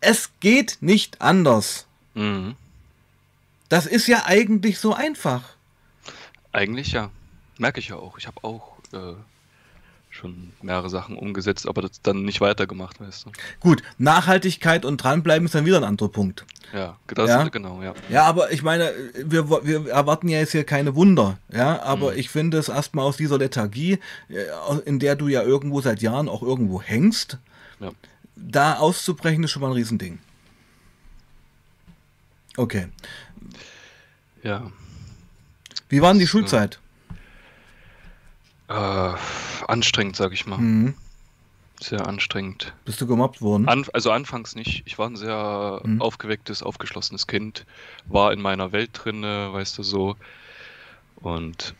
B: Es geht nicht anders.
A: Mhm.
B: Das ist ja eigentlich so einfach.
A: Eigentlich ja. Merke ich ja auch. Ich habe auch äh, schon mehrere Sachen umgesetzt, aber das dann nicht weitergemacht, weißt du.
B: Gut, Nachhaltigkeit und dranbleiben ist dann wieder ein anderer Punkt.
A: Ja, das
B: Ja.
A: genau, ja.
B: Ja, aber ich meine, wir, wir erwarten ja jetzt hier keine Wunder. Ja, aber
A: Mhm.
B: ich finde es erstmal aus dieser Lethargie, äh, in der du ja irgendwo seit Jahren auch irgendwo hängst,
A: ja.
B: da auszubrechen ist schon mal ein Riesending. Okay.
A: Ja.
B: Wie war denn die
A: So.
B: Schulzeit?
A: Äh, anstrengend, sag ich mal.
B: Mhm.
A: Sehr anstrengend.
B: Bist du gemobbt worden?
A: Anf also anfangs nicht. Ich war ein sehr
B: Mhm.
A: aufgewecktes, aufgeschlossenes Kind. War in meiner Welt drinne, weißt du so. Und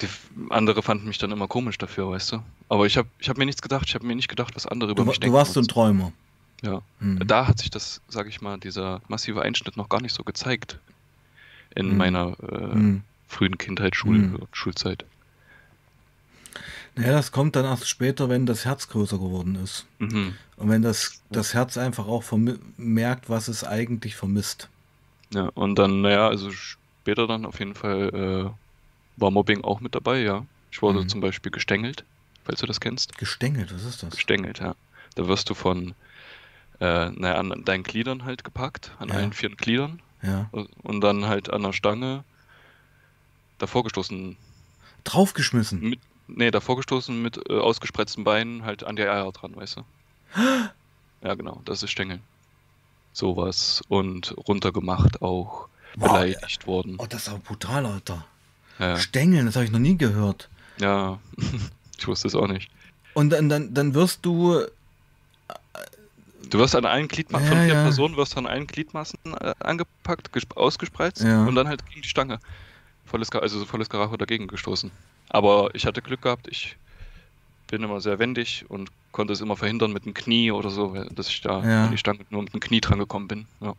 A: die f- andere fanden mich dann immer komisch dafür, weißt du. Aber ich habe ich hab mir nichts gedacht. Ich habe mir nicht gedacht, was andere über
B: Du, wa-
A: mich
B: du
A: denken.
B: warst so ein
A: und
B: Träumer.
A: so. ja.
B: Mhm.
A: Da hat sich das, sag ich mal, dieser massive Einschnitt noch gar nicht so gezeigt. In
B: Mhm.
A: meiner äh,
B: Mhm.
A: frühen Kindheit, Schul
B: Mhm.
A: Schulzeit.
B: Naja, das kommt dann erst später, wenn das Herz größer geworden ist.
A: Mhm.
B: Und wenn das, das Herz einfach auch vermi- merkt, was es eigentlich vermisst.
A: Ja, und dann, naja, also später dann auf jeden Fall äh, war Mobbing auch mit dabei, ja. Ich wurde
B: Mhm.
A: zum Beispiel gestängelt, falls du das kennst.
B: Gestängelt, was ist das?
A: Gestängelt, ja. Da wirst du von, äh, naja, an deinen Gliedern halt gepackt, an
B: Ja.
A: allen vier Gliedern
B: Ja.
A: und dann halt an der Stange davor gestoßen,
B: Draufgeschmissen.
A: mit, nee, davor gestoßen mit äh, ausgespreizten Beinen halt an die Eier dran, weißt du? Ja, genau, das ist Stängeln. Sowas und runtergemacht auch,
B: Wow.
A: beleidigt worden.
B: Oh, das ist aber brutal, Alter.
A: Ja,
B: Stängeln, das habe ich noch nie gehört.
A: ja. ich wusste es auch nicht.
B: Und dann, dann, dann wirst du.
A: Du wirst an allen Gliedmaßen,
B: Ja,
A: von vier
B: ja.
A: Personen wirst du an allen Gliedmaßen äh, angepackt, gesp- ausgespreizt
B: Ja.
A: und dann halt gegen die Stange. Volles, Ka- also so volles Karacho dagegen gestoßen. Aber ich hatte Glück gehabt, ich bin immer sehr wendig und konnte es immer verhindern mit dem Knie oder so, dass ich da
B: Ja.
A: an die Stange nur mit dem Knie dran gekommen bin. Ja.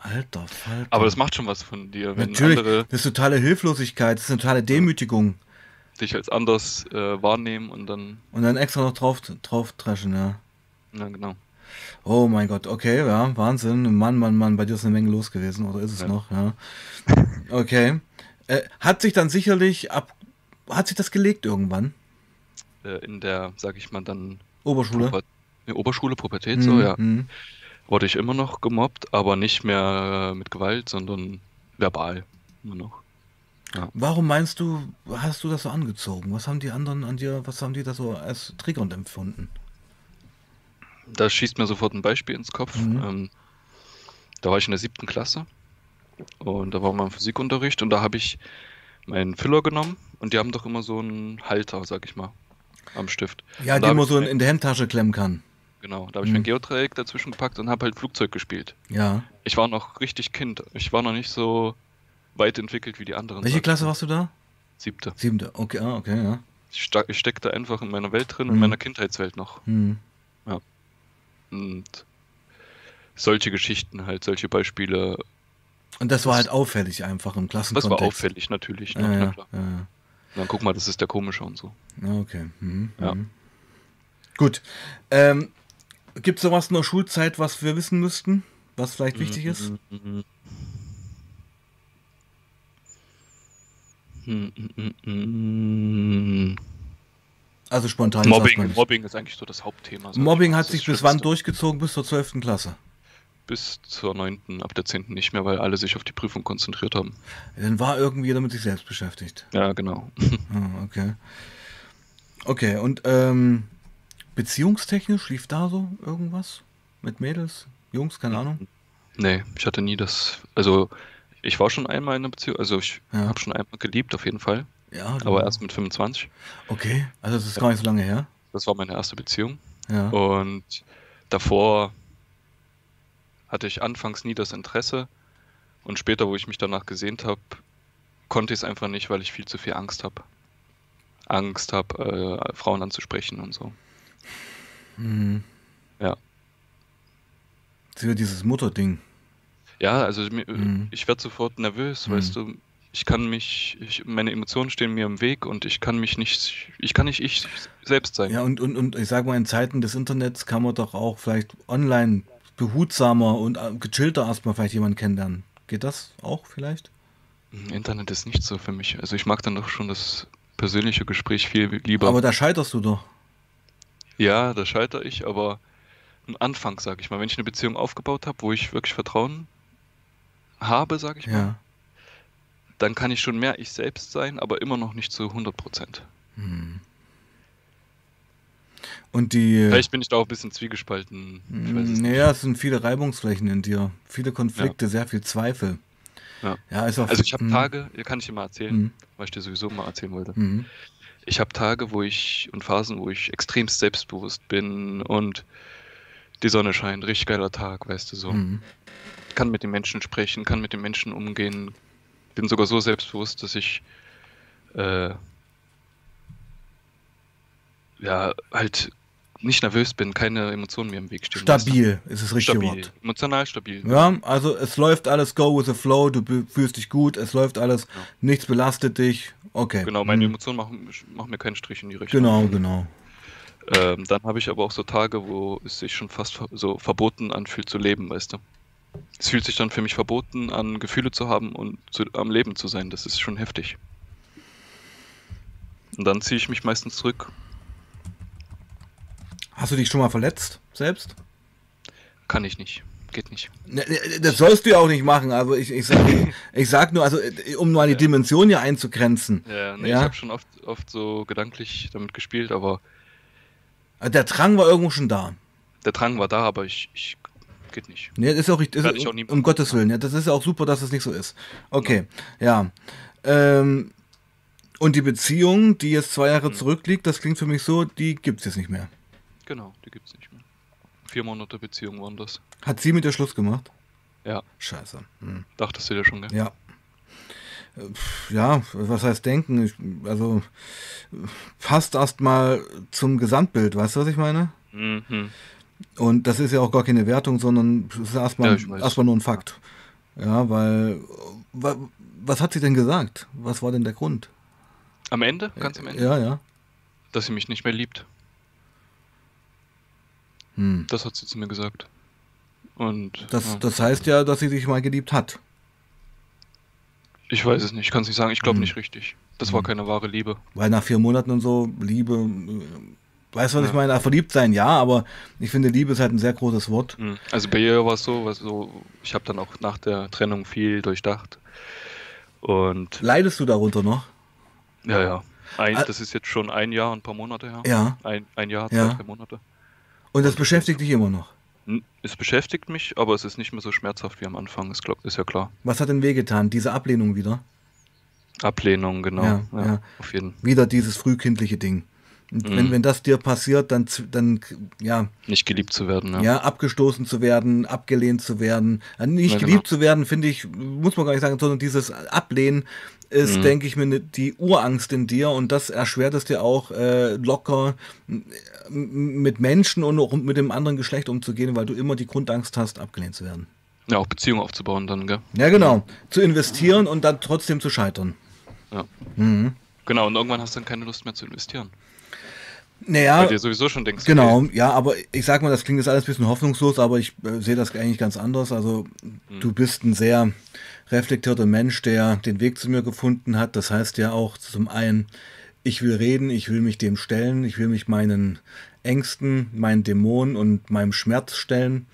B: Alter Falter.
A: Aber das macht schon was von dir, wenn
B: Natürlich,
A: andere
B: das ist totale Hilflosigkeit, das ist eine totale Demütigung.
A: dich als anders äh, wahrnehmen und dann,
B: Und dann extra noch drauf, drauf dreschen, ja.
A: ja genau.
B: Oh mein Gott, okay, ja, Wahnsinn. Mann, Mann, Mann, bei dir ist eine Menge los gewesen, oder ist es
A: Ja.
B: noch, ja. Okay. Äh, hat sich dann sicherlich ab. Hat sich das gelegt irgendwann?
A: Äh, in der, sag ich mal, dann
B: Oberschule?
A: Puber- nee, Oberschule, Pubertät, so, ja.
B: Mhm.
A: wurde ich immer noch gemobbt, aber nicht mehr äh, mit Gewalt, sondern verbal. Nur noch.
B: Warum meinst du, hast du das so angezogen? Was haben die anderen an dir, was haben die da so als triggernd empfunden?
A: Da schießt mir sofort ein Beispiel ins Kopf.
B: Mhm.
A: Ähm, da war ich in der siebten Klasse und da war mein Physikunterricht und da habe ich meinen Füller genommen und die haben doch immer so einen Halter, sag ich mal, am Stift.
B: Ja,
A: Und
B: die
A: da hab
B: man
A: ich
B: so in,
A: mir-
B: in der Hemdtasche klemmen kann.
A: Genau, da habe ich
B: Mhm.
A: mein Geodreieck dazwischen gepackt und habe halt Flugzeug gespielt.
B: Ja.
A: Ich war noch richtig Kind. Ich war noch nicht so weit entwickelt wie die anderen.
B: Welche
A: sag ich
B: Klasse
A: mal.
B: warst du da?
A: Siebte.
B: Siebte. Okay, ah, okay, ja.
A: Ich, sta- ich steckte einfach in meiner Welt drin, in
B: Mhm.
A: meiner Kindheitswelt noch.
B: Hm.
A: Und solche Geschichten halt, solche Beispiele.
B: Und das war
A: Das-
B: halt auffällig einfach im
A: Das
B: Klassenkontext.
A: war auffällig natürlich. Ne?
B: Ja,
A: Na
B: ja,
A: klar.
B: ja, ja.
A: Und dann guck mal, das ist der komische und so.
B: Ja, okay. Mhm.
A: Ja.
B: Mhm. Gut. Ähm, Gibt es sowas in der Schulzeit, was wir wissen müssten? Was vielleicht wichtig ist?
A: Mhm. Mhm, mhm, mhm.
B: Also spontan.
A: Mobbing,
B: Mobbing,
A: Mobbing ist eigentlich so das Hauptthema. sag ich
B: Mobbing
A: mal.
B: hat
A: Das
B: sich
A: ist das
B: bis wann
A: Schlimmste.
B: durchgezogen? Bis zur 12. Klasse.
A: Bis zur 9. ab der 10. nicht mehr, weil alle sich auf die Prüfung konzentriert haben.
B: Dann war irgendwie jeder mit sich selbst beschäftigt.
A: Ja, genau.
B: Ah, okay. Okay, und ähm, beziehungstechnisch lief da so irgendwas? Mit Mädels? Jungs? Keine Ahnung.
A: Nee, ich hatte nie das. Also, ich war schon einmal in einer Beziehung, also ich
B: Ja. Mhm.
A: habe schon einmal geliebt, auf jeden Fall.
B: Ja, du-
A: Aber erst mit 25.
B: Okay, also das ist gar nicht so lange her.
A: Das war meine erste Beziehung.
B: Ja.
A: Oh. Und davor hatte ich anfangs nie das Interesse. Und später, wo ich mich danach gesehnt habe, konnte ich es einfach nicht, weil ich viel zu viel Angst habe. Angst habe, äh, Frauen anzusprechen und so.
B: Mhm.
A: Ja.
B: Das ist wieder dieses Mutterding.
A: Ja, also mir,
B: Mhm.
A: ich werde sofort nervös,
B: Mhm.
A: weißt du. Ich kann mich, ich, meine Emotionen stehen mir im Weg und ich kann mich nicht, ich kann nicht ich selbst sein.
B: Ja, und, und, und ich sage mal, in Zeiten des Internets kann man doch auch vielleicht online behutsamer und äh, gechillter erstmal vielleicht jemanden kennenlernen. Geht das auch vielleicht?
A: Internet ist nicht so für mich. Also ich mag dann doch schon das persönliche Gespräch viel lieber.
B: Aber da scheiterst du doch.
A: ja, da scheitere ich, aber am Anfang, sag ich mal, wenn ich eine Beziehung aufgebaut habe, wo ich wirklich Vertrauen habe, sag ich mal,
B: Ja.
A: dann kann ich schon mehr ich selbst sein, aber immer noch nicht zu 100 Prozent.
B: Hm. Und die.
A: Vielleicht bin ich da auch ein bisschen zwiegespalten. Ich weiß es nicht.
B: Naja, Mm, es sind viele Reibungsflächen in dir. Viele Konflikte, sehr viel Zweifel.
A: Ja.
B: ist auch,
A: Also ich habe
B: Hm,
A: Tage, hier kann ich dir mal erzählen,
B: hm,
A: weil ich dir sowieso mal erzählen wollte.
B: hm.
A: Ich habe Tage, wo ich und Phasen, wo ich extremst selbstbewusst bin und die Sonne scheint, richtig geiler Tag, weißt du so.
B: Hm.
A: Kann mit den Menschen sprechen, kann mit den Menschen umgehen. Bin sogar so selbstbewusst, dass ich äh, ja halt nicht nervös bin, keine Emotionen mir im Weg stehen.
B: Stabil ist das
A: weißt du?
B: richtige
A: stabil,
B: Wort.
A: emotional stabil.
B: Ja, also es läuft alles, go with the flow, du be- fühlst dich gut, es läuft alles,
A: Ja.
B: nichts belastet dich Okay.
A: Genau, meine Emotionen machen, machen mir keinen Strich in die Richtung.
B: Mhm. Genau, genau.
A: Ähm, dann habe ich aber auch so Tage, wo es sich schon fast ver so verboten anfühlt zu leben, weißt du. Es fühlt sich dann für mich verboten an, Gefühle zu haben und zu, am Leben zu sein. Das ist schon heftig. Und dann ziehe ich mich meistens zurück.
B: Hast du dich schon mal verletzt selbst?
A: Kann ich nicht. Geht nicht.
B: Ne, ne, Das sollst du ja auch nicht machen, aber ich, ich, sag, ich sag nur, also äh, um mal die
A: Ja.
B: Dimension hier einzugrenzen.
A: Ja, nee,
B: Ja.
A: ich habe schon oft, oft so gedanklich damit gespielt, aber
B: Also Der Drang war irgendwo schon da.
A: der Drang war da, aber ich, ich geht nicht.
B: Ne, das ist auch richtig.
A: Werd
B: Ist,
A: ich auch nie
B: um
A: machen.
B: Gottes Willen, ja, das ist ja auch super, dass es das nicht so ist. Okay, ja. Ähm, und die Beziehung, die jetzt zwei
A: Hm.
B: Jahre zurückliegt, das klingt für mich so, die gibt es jetzt nicht mehr.
A: Genau, die gibt's nicht mehr. Vier Monate Beziehung waren das.
B: Hat sie mit dir Schluss gemacht?
A: Ja,
B: Scheiße. Hm.
A: dachtest du dir schon, gell?
B: Ja. Äh, pf, Ja, was heißt denken? Ich, also äh, passt erstmal zum Gesamtbild, weißt du, was ich meine?
A: Mhm.
B: Und das ist ja auch gar keine Wertung, sondern es ist
A: Ja,
B: erstmal
A: ich weiß.
B: erstmal nur ein Fakt. Ja, weil wa- was hat sie denn gesagt? Was war denn der Grund?
A: Am Ende, ganz am Ende,
B: Ja, ja.
A: dass sie mich nicht mehr liebt.
B: Hm.
A: Das hat sie zu mir gesagt. Und
B: Das,
A: ja,
B: das heißt ja, dass sie dich mal geliebt hat.
A: ich weiß es nicht, ich kann es nicht sagen, ich glaube
B: Hm.
A: nicht richtig. Das war keine wahre Liebe.
B: Weil nach vier Monaten und so, Liebe, äh, weißt du,
A: Ja.
B: was ich meine? Verliebt sein, ja, aber ich finde, Liebe ist halt ein sehr großes Wort.
A: Also bei ihr war es so, was so ich habe dann auch nach der Trennung viel durchdacht. Und
B: Leidest du darunter noch?
A: ja, ja. Ein,
B: Ah.
A: das ist jetzt schon ein Jahr und ein paar Monate her.
B: Ja.
A: Ein, ein Jahr, zwei,
B: Ja.
A: drei Monate.
B: Und das beschäftigt dich immer noch.
A: N- Es beschäftigt mich, aber es ist nicht mehr so schmerzhaft wie am Anfang, ist, glaub, ist ja klar.
B: Was hat denn wehgetan? Diese Ablehnung wieder?
A: Ablehnung, genau.
B: Ja,
A: Ja,
B: ja.
A: Auf jeden
B: Wieder dieses frühkindliche Ding. Und
A: Mhm.
B: wenn, wenn das dir passiert, dann, z- dann ja,
A: Nicht geliebt zu werden,
B: ja.
A: ja.
B: abgestoßen zu werden, abgelehnt zu werden, äh, nicht
A: Ja, genau.
B: geliebt zu werden, finde ich, muss man gar nicht sagen, sondern dieses Ablehnen ist,
A: Mhm.
B: denke ich mir, ne- die Urangst in dir und das erschwert es dir auch äh, locker m- m- mit Menschen und auch mit dem anderen Geschlecht umzugehen, weil du immer die Grundangst hast, abgelehnt zu werden.
A: Ja, auch Beziehungen aufzubauen dann, gell?
B: Ja, genau. Zu investieren und dann trotzdem zu scheitern.
A: Ja.
B: Mhm.
A: Genau, und irgendwann hast du dann keine Lust mehr zu investieren.
B: Naja,
A: Weil du dir sowieso schon denkst,
B: Ah, genau,
A: okay,
B: ja, aber ich sag mal, das klingt jetzt alles ein bisschen hoffnungslos, aber ich äh, sehe das eigentlich ganz anders. Also
A: Mhm.
B: du bist ein sehr reflektierter Mensch, der den Weg zu mir gefunden hat. Das heißt ja auch zum einen, ich will reden, ich will mich dem stellen, ich will mich meinen Ängsten, meinen Dämonen und meinem Schmerz stellen.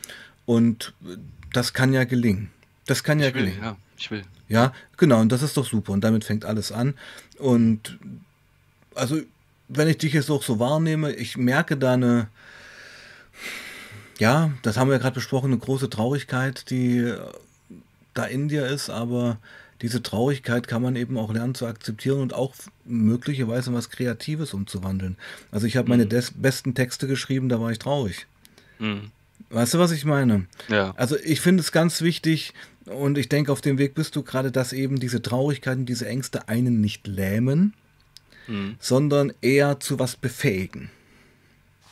B: Und äh, das kann ja gelingen. Das kann ja
A: ich will,
B: gelingen.
A: ja, ich will.
B: Ja, genau, und das ist doch super. Und damit fängt alles an. Und also, wenn ich dich jetzt auch so wahrnehme, ich merke da eine, ja, das haben wir ja gerade besprochen, eine große Traurigkeit, die äh, da in dir ist, aber diese Traurigkeit kann man eben auch lernen zu akzeptieren und auch möglicherweise in was Kreatives umzuwandeln. Also ich habe meine des besten Texte geschrieben, da war ich traurig.
A: Mhm.
B: Weißt du, was ich meine?
A: Ja,
B: Also ich finde es ganz wichtig und ich denke, auf dem Weg bist du gerade, dass eben diese Traurigkeiten, diese Ängste einen nicht lähmen,
A: mhm.
B: sondern eher zu was befähigen.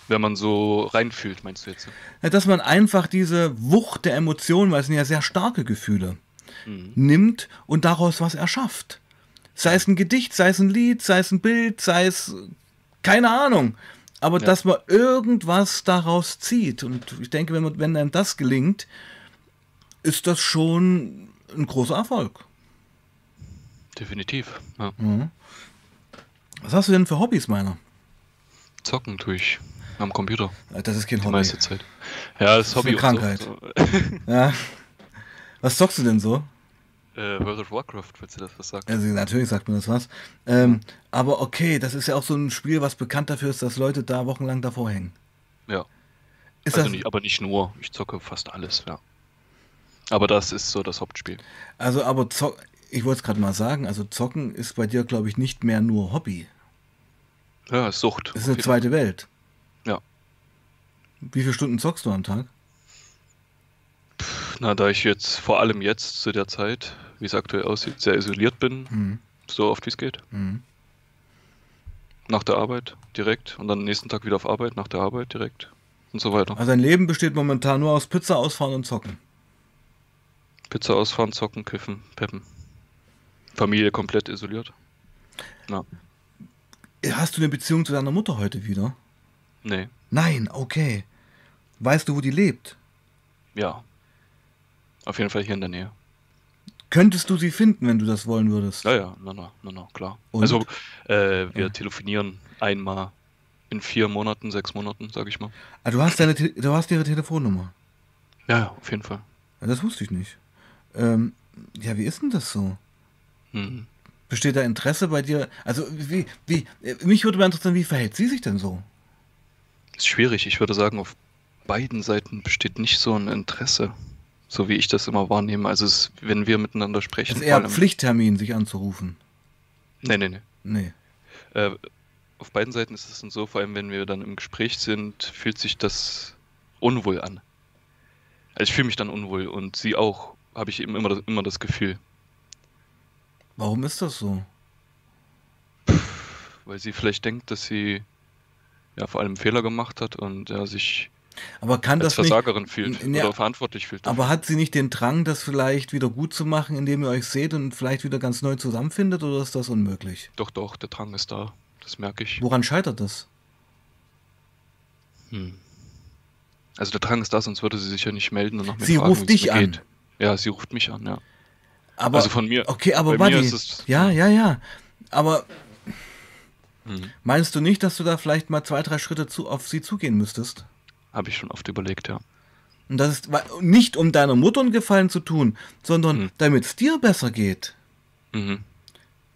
A: wenn man so reinfühlt, meinst du jetzt?
B: Ja, dass man einfach diese Wucht der Emotionen, weil es sind ja sehr starke Gefühle,
A: Mhm.
B: nimmt und daraus was erschafft. Sei es ein Gedicht, sei es ein Lied, sei es ein Bild, sei es keine Ahnung. Aber
A: Ja.
B: dass man irgendwas daraus zieht. Und ich denke, wenn, man, wenn einem das gelingt, ist das schon ein großer Erfolg.
A: Definitiv. Ja.
B: Hm. Was hast du denn für Hobbys, meiner?
A: Zocken tue ich am Computer
B: Das ist kein
A: die
B: Hobby.
A: meiste Zeit. Ja, das,
B: ist
A: Hobby
B: eine
A: und so.
B: Ja. Was zockst du denn so?
A: äh, World of Warcraft, falls ihr das was sagt.
B: Also natürlich sagt mir das was. Ähm, aber okay, das ist ja auch so ein Spiel, was bekannt dafür ist, dass Leute da wochenlang davor hängen.
A: Ja.
B: Ist
A: also
B: das,
A: nicht, aber nicht nur. Ich zocke fast alles, ja. Aber das ist so das Hauptspiel.
B: also aber zock, ich wollte es gerade mal sagen, also zocken ist bei dir, glaube ich, nicht mehr nur Hobby.
A: Ja, ist Sucht.
B: Es ist eine zweite Welt.
A: Ja.
B: Wie viele Stunden zockst du am Tag?
A: Na, da ich jetzt vor allem jetzt zu der Zeit, wie es aktuell aussieht, sehr isoliert bin,
B: Mhm.
A: so oft wie es geht.
B: Mhm.
A: Nach der Arbeit direkt und dann nächsten Tag wieder auf Arbeit, nach der Arbeit direkt und so weiter.
B: Also dein Leben besteht momentan nur aus Pizza ausfahren und zocken.
A: Pizza ausfahren, zocken, kiffen, peppen. Familie komplett isoliert. Ja.
B: Hast du eine Beziehung zu deiner Mutter heute wieder?
A: Nee.
B: Nein, okay. Weißt du, wo die lebt?
A: Ja. Auf jeden Fall hier in der Nähe.
B: Könntest du sie finden, wenn du das wollen würdest?
A: Ja, ja, na, na, na, na klar.
B: Und?
A: Also, äh, wir
B: Ja.
A: telefonieren einmal in vier Monaten, sechs Monaten, sag ich mal.
B: Ah, du hast deine, Te- du hast ihre Telefonnummer.
A: Ja, ja, auf jeden Fall.
B: Ja, Das wusste ich nicht. Ähm, ja, wie ist denn das so?
A: Mhm.
B: Besteht da Interesse bei dir? Also, wie, wie, äh, mich würde mal interessieren, wie verhält sie sich denn so?
A: Ist schwierig. Ich würde sagen, auf beiden Seiten besteht nicht so ein Interesse, so wie ich das immer wahrnehme. Also, es, wenn wir miteinander
B: Es
A: sprechen.
B: ist eher
A: vor allem-
B: Pflichttermin, sich anzurufen.
A: Nee, nee, nee.
B: Nee.
A: Äh, auf beiden Seiten ist es dann so, vor allem wenn wir dann im Gespräch sind, fühlt sich das unwohl an. Also ich fühle mich dann unwohl und sie auch, habe ich eben immer, das- immer das Gefühl,
B: Warum ist das so?
A: weil sie vielleicht denkt, dass sie ja vor allem Fehler gemacht hat und ja, sich
B: Aber kann
A: als
B: das nicht.
A: Versagerin fühlt
B: N- ja.
A: oder verantwortlich fühlt. dafür.
B: Aber hat sie nicht den Drang, das vielleicht wieder gut zu machen, indem ihr euch seht und vielleicht wieder ganz neu zusammenfindet, oder ist das unmöglich?
A: doch, doch, der Drang ist da, das merke ich.
B: Woran scheitert das?
A: Hm. Also der Drang ist da, sonst würde sie sich ja nicht melden und nach mir
B: Sie
A: fragen,
B: ruft
A: wie es
B: dich
A: mir
B: an.
A: geht. Ja, sie ruft mich an, ja.
B: Aber,
A: also von mir.
B: okay, aber
A: bei mir
B: Buddy,
A: ist es-
B: ja, ja, ja. Aber
A: Hm.
B: meinst du nicht, dass du da vielleicht mal zwei, drei Schritte zu, auf sie zugehen müsstest?
A: Habe ich schon oft überlegt, ja.
B: Und das ist wa- nicht, um deiner Mutter einen Gefallen zu tun, sondern
A: Hm.
B: damit es dir besser geht.
A: Mhm.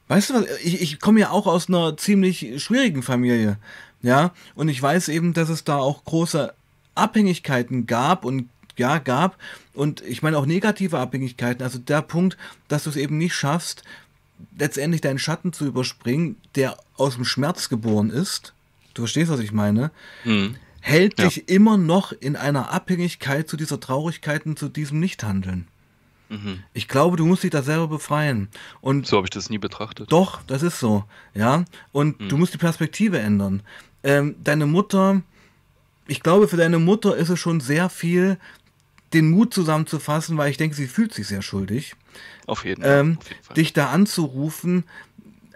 B: Weißt du was, ich, ich komme ja auch aus einer ziemlich schwierigen Familie, ja, und ich weiß eben, dass es da auch große Abhängigkeiten gab und ja, gab und ich meine auch negative Abhängigkeiten, also der Punkt, dass du es eben nicht schaffst, letztendlich deinen Schatten zu überspringen, der aus dem Schmerz geboren ist, du verstehst, was ich meine,
A: Mhm.
B: hält
A: Ja.
B: dich immer noch in einer Abhängigkeit zu dieser Traurigkeit und zu diesem Nichthandeln.
A: Mhm.
B: Ich glaube, du musst dich da selber befreien und
A: So habe ich das nie betrachtet.
B: doch, das ist so. Ja. Und du musst die Perspektive ändern. Ähm, deine Mutter, ich glaube, für deine Mutter ist es schon sehr viel, den Mut zusammenzufassen, weil ich denke, sie fühlt sich sehr schuldig,
A: Auf jeden,
B: ähm,
A: auf jeden Fall.
B: dich da anzurufen.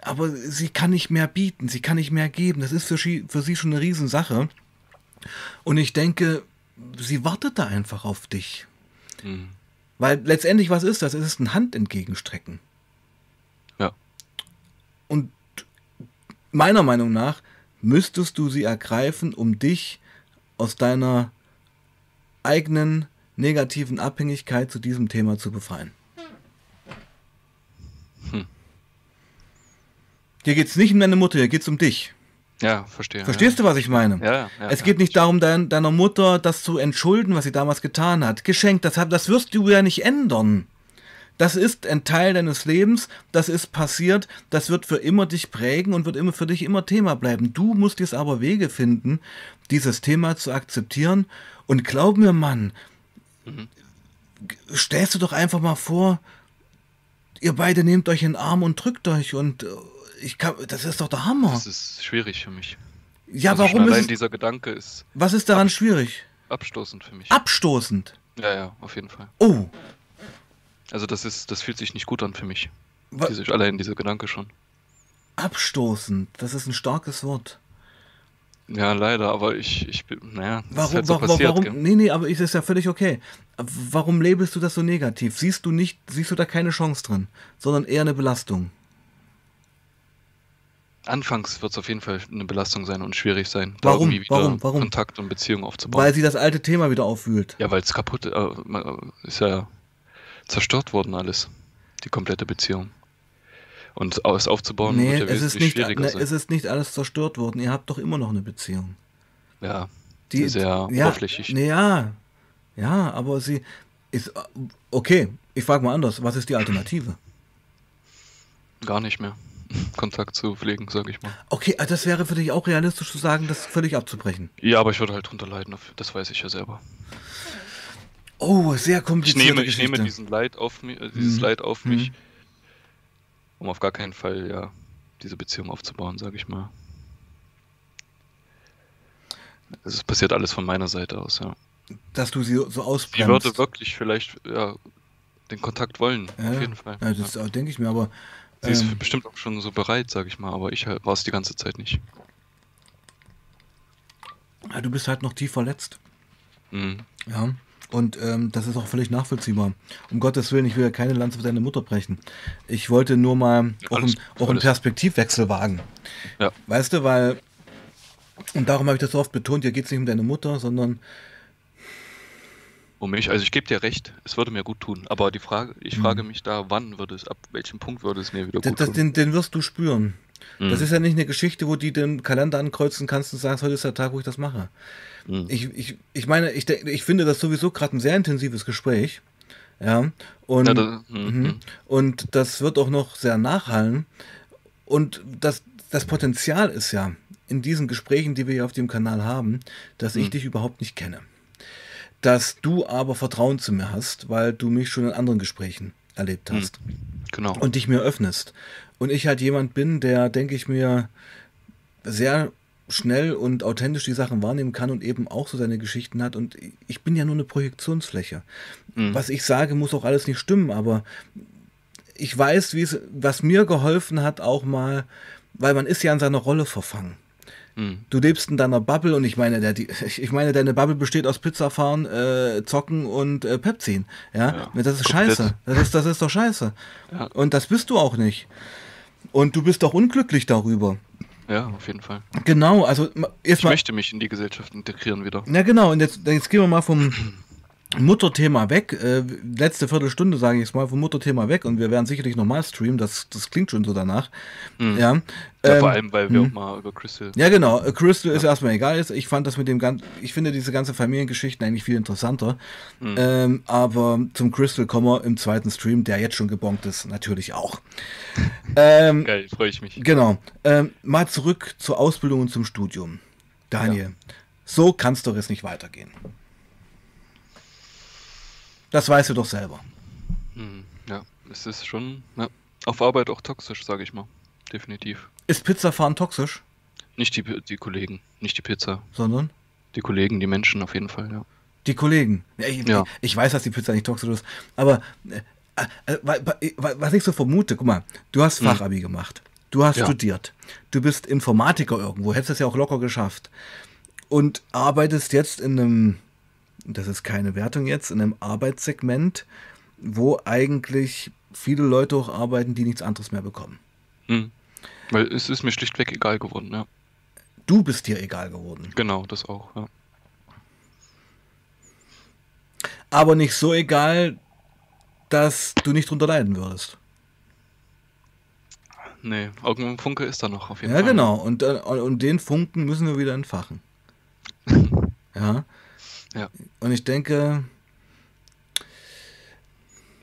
B: Aber sie kann nicht mehr bieten, sie kann nicht mehr geben. Das ist für sie, für sie schon eine Riesensache. Und ich denke, sie wartet da einfach auf dich.
A: Mhm.
B: Weil letztendlich, was ist das? Es ist ein Hand entgegenstrecken.
A: Ja.
B: Und meiner Meinung nach müsstest du sie ergreifen, um dich aus deiner eigenen negativen Abhängigkeit zu diesem Thema zu befreien.
A: Hm.
B: Hier geht es nicht um deine Mutter, hier geht es um dich.
A: ja, verstehe.
B: Verstehst du, was ich meine?
A: ja. Ja, ja, ja.
B: es geht nicht darum, dein, deiner Mutter das zu entschulden, was sie damals getan hat. Geschenkt, das, hab- das wirst du ja nicht ändern. Das ist ein Teil deines Lebens, das ist passiert, das wird für immer dich prägen und wird immer für dich immer Thema bleiben. Du musst jetzt aber Wege finden, dieses Thema zu akzeptieren. Und glaub mir, Mann,
A: Mhm.
B: g- stellst du doch einfach mal vor, ihr beide nehmt euch in den Arm und drückt euch und äh, ich kann, das ist doch der Hammer.
A: Das ist schwierig für mich.
B: ja,
A: Also schon
B: warum
A: allein
B: ist es,
A: dieser Gedanke ist
B: was ist daran schwierig?
A: abstoßend für mich.
B: Abstoßend.
A: Ja, ja, auf jeden Fall.
B: Oh,
A: Also das ist, das fühlt sich nicht gut an für mich.
B: wa-
A: Diese, allein dieser Gedanke schon.
B: abstoßend, das ist ein starkes Wort.
A: Ja, leider, aber ich, ich bin, naja, das
B: Warum,
A: ist halt so
B: warum,
A: passiert.
B: warum,
A: gell?
B: nee, nee, aber ich- das ist ja völlig okay. Warum labelst du das so negativ? Siehst du nicht, siehst du da keine Chance drin, sondern eher eine Belastung.
A: Anfangs wird es auf jeden Fall eine Belastung sein und schwierig sein,
B: Warum?
A: irgendwie wieder
B: Warum? Warum?
A: Kontakt und Beziehung aufzubauen.
B: Weil sie das alte Thema wieder aufwühlt.
A: ja, weil es kaputt äh, man- ist ja zerstört worden alles, die komplette Beziehung. Und es aufzubauen
B: nee,
A: wird ja
B: es
A: wesentlich
B: ist, nicht,
A: schwieriger
B: ne,
A: sein.
B: es ist nicht alles zerstört worden. Ihr habt doch immer noch eine Beziehung.
A: Ja,
B: Die,
A: sehr
B: ja,
A: oberflächlich.
B: Nee, ja, ja, aber sie ist, okay, ich frage mal anders, was ist die Alternative?
A: Gar nicht mehr Kontakt zu pflegen, sag ich mal.
B: Okay, also das wäre für dich auch realistisch zu sagen, das völlig abzubrechen.
A: Ja, aber ich würde halt drunter leiden, auf- das weiß ich ja selber.
B: Oh, sehr
A: Ich
B: komplizierte
A: nehme, ich
B: Geschichte.
A: nehme diesen Leid auf mi- äh, dieses
B: Mhm.
A: Leid auf
B: Mhm.
A: mich, um auf gar keinen Fall ja diese Beziehung aufzubauen, sag ich mal. Es passiert alles von meiner Seite aus, ja.
B: dass du sie so
A: Die
B: ausbremst.
A: würde wirklich vielleicht ja, den Kontakt wollen,
B: ja, ähm,
A: auf jeden Fall.
B: Ja, das denke ich mir, aber
A: Sie ist bestimmt auch schon so bereit, sag ich mal, aber ich war es die ganze Zeit nicht.
B: Ja, du bist halt noch tief verletzt.
A: Mhm.
B: Ja. Und ähm, das ist auch völlig nachvollziehbar. Um Gottes Willen, ich will ja keine Lanze für deine Mutter brechen. Ich wollte nur mal auch,
A: Alles-
B: einen- auch einen
A: alles.
B: Perspektivwechsel wagen.
A: Ja.
B: Weißt du, weil, und darum habe ich das so oft betont, hier geht es nicht um deine Mutter, sondern
A: Um mich, also ich gebe dir recht, es würde mir gut tun. Aber die Frage, ich frage mich da, wann würde es, ab welchem Punkt würde es mir wieder
B: Mhm. das,
A: gut
B: das,
A: tun?
B: den, den wirst du spüren.
A: Mhm.
B: Das ist ja nicht eine Geschichte, wo du den Kalender ankreuzen kannst und sagst, heute ist der Tag, wo ich das mache.
A: Mhm.
B: Ich, ich, ich meine, ich, denk- ich finde das sowieso gerade ein sehr intensives Gespräch. Ja. Und,
A: Ja, da- mhm.
B: mhm. und das wird auch noch sehr nachhallen. Und das, das Potenzial ist ja in diesen Gesprächen, die wir hier auf dem Kanal haben, dass ich
A: Mhm.
B: dich überhaupt nicht kenne. Dass du aber Vertrauen zu mir hast, weil du mich schon in anderen Gesprächen erlebt
A: Mhm.
B: hast
A: Genau.
B: und dich mir öffnest. Und ich halt jemand bin, der, denke ich mir, sehr schnell und authentisch die Sachen wahrnehmen kann und eben auch so seine Geschichten hat. Und ich bin ja nur eine Projektionsfläche.
A: Mhm.
B: Was ich sage, muss auch alles nicht stimmen, aber ich weiß, wie es, was mir geholfen hat, auch mal, weil man ist ja in seiner Rolle verfangen.
A: Mhm.
B: Du lebst in deiner Bubble und ich meine, der, die, ich meine, deine Bubble besteht aus Pizza fahren, äh, zocken und äh, Pepsin. Ja?
A: Ja,
B: das ist
A: komplett.
B: scheiße. Das ist, das ist doch scheiße.
A: Ja.
B: Und das bist du auch nicht. Und du bist auch unglücklich darüber.
A: Ja, auf jeden Fall.
B: Genau, also ma-
A: Ich
B: erstmal.
A: möchte mich in die Gesellschaft integrieren wieder.
B: Na genau, und jetzt, jetzt gehen wir mal vom Mutterthema weg. Äh, letzte Viertelstunde, sage ich jetzt mal, vom Mutterthema weg und wir werden sicherlich nochmal streamen, das, das klingt schon so danach. Ja.
A: Ja,
B: Ähm,
A: vor allem, weil wir auch mal über Crystal.
B: Ja, genau. Äh, Crystal ist erstmal egal. Jetzt, Ich fand das mit dem ganzen, ich finde diese ganze Familiengeschichten eigentlich viel interessanter. Ähm, aber zum Crystal kommen wir im zweiten Stream, der jetzt schon gebonkt ist, natürlich auch. ähm,
A: Geil, freue ich mich.
B: Genau. Ähm, mal zurück zur Ausbildung und zum Studium. Daniel, so kann es doch jetzt nicht weitergehen. Das weißt du doch selber.
A: Mhm. Ja, es ist schon ja, auf Arbeit auch toxisch, sage ich mal. Definitiv.
B: Ist Pizzafahren toxisch?
A: Nicht die, die Kollegen, nicht die Pizza.
B: Sondern
A: Die Kollegen, die Menschen auf jeden Fall, ja.
B: die Kollegen. Ja, Ich,
A: Ja.
B: ich weiß, dass die Pizza nicht toxisch ist, aber äh, äh, wa- wa- wa- was ich so vermute, guck mal, du hast Fachabi gemacht, du hast
A: Hm. Ja.
B: studiert, du bist Informatiker irgendwo, hättest das ja auch locker geschafft und arbeitest jetzt in einem das ist keine Wertung jetzt, in einem Arbeitssegment, wo eigentlich viele Leute auch arbeiten, die nichts anderes mehr bekommen.
A: Mhm. Weil es ist mir schlichtweg egal geworden, ja.
B: Du bist dir egal geworden.
A: Genau, das auch, ja.
B: Aber nicht so egal, dass du nicht drunter leiden würdest.
A: Nee, irgendein Funke ist da noch auf jeden
B: Ja,
A: Fall.
B: genau. Und, äh, und den Funken müssen wir wieder entfachen. Ja.
A: Ja.
B: Und ich denke,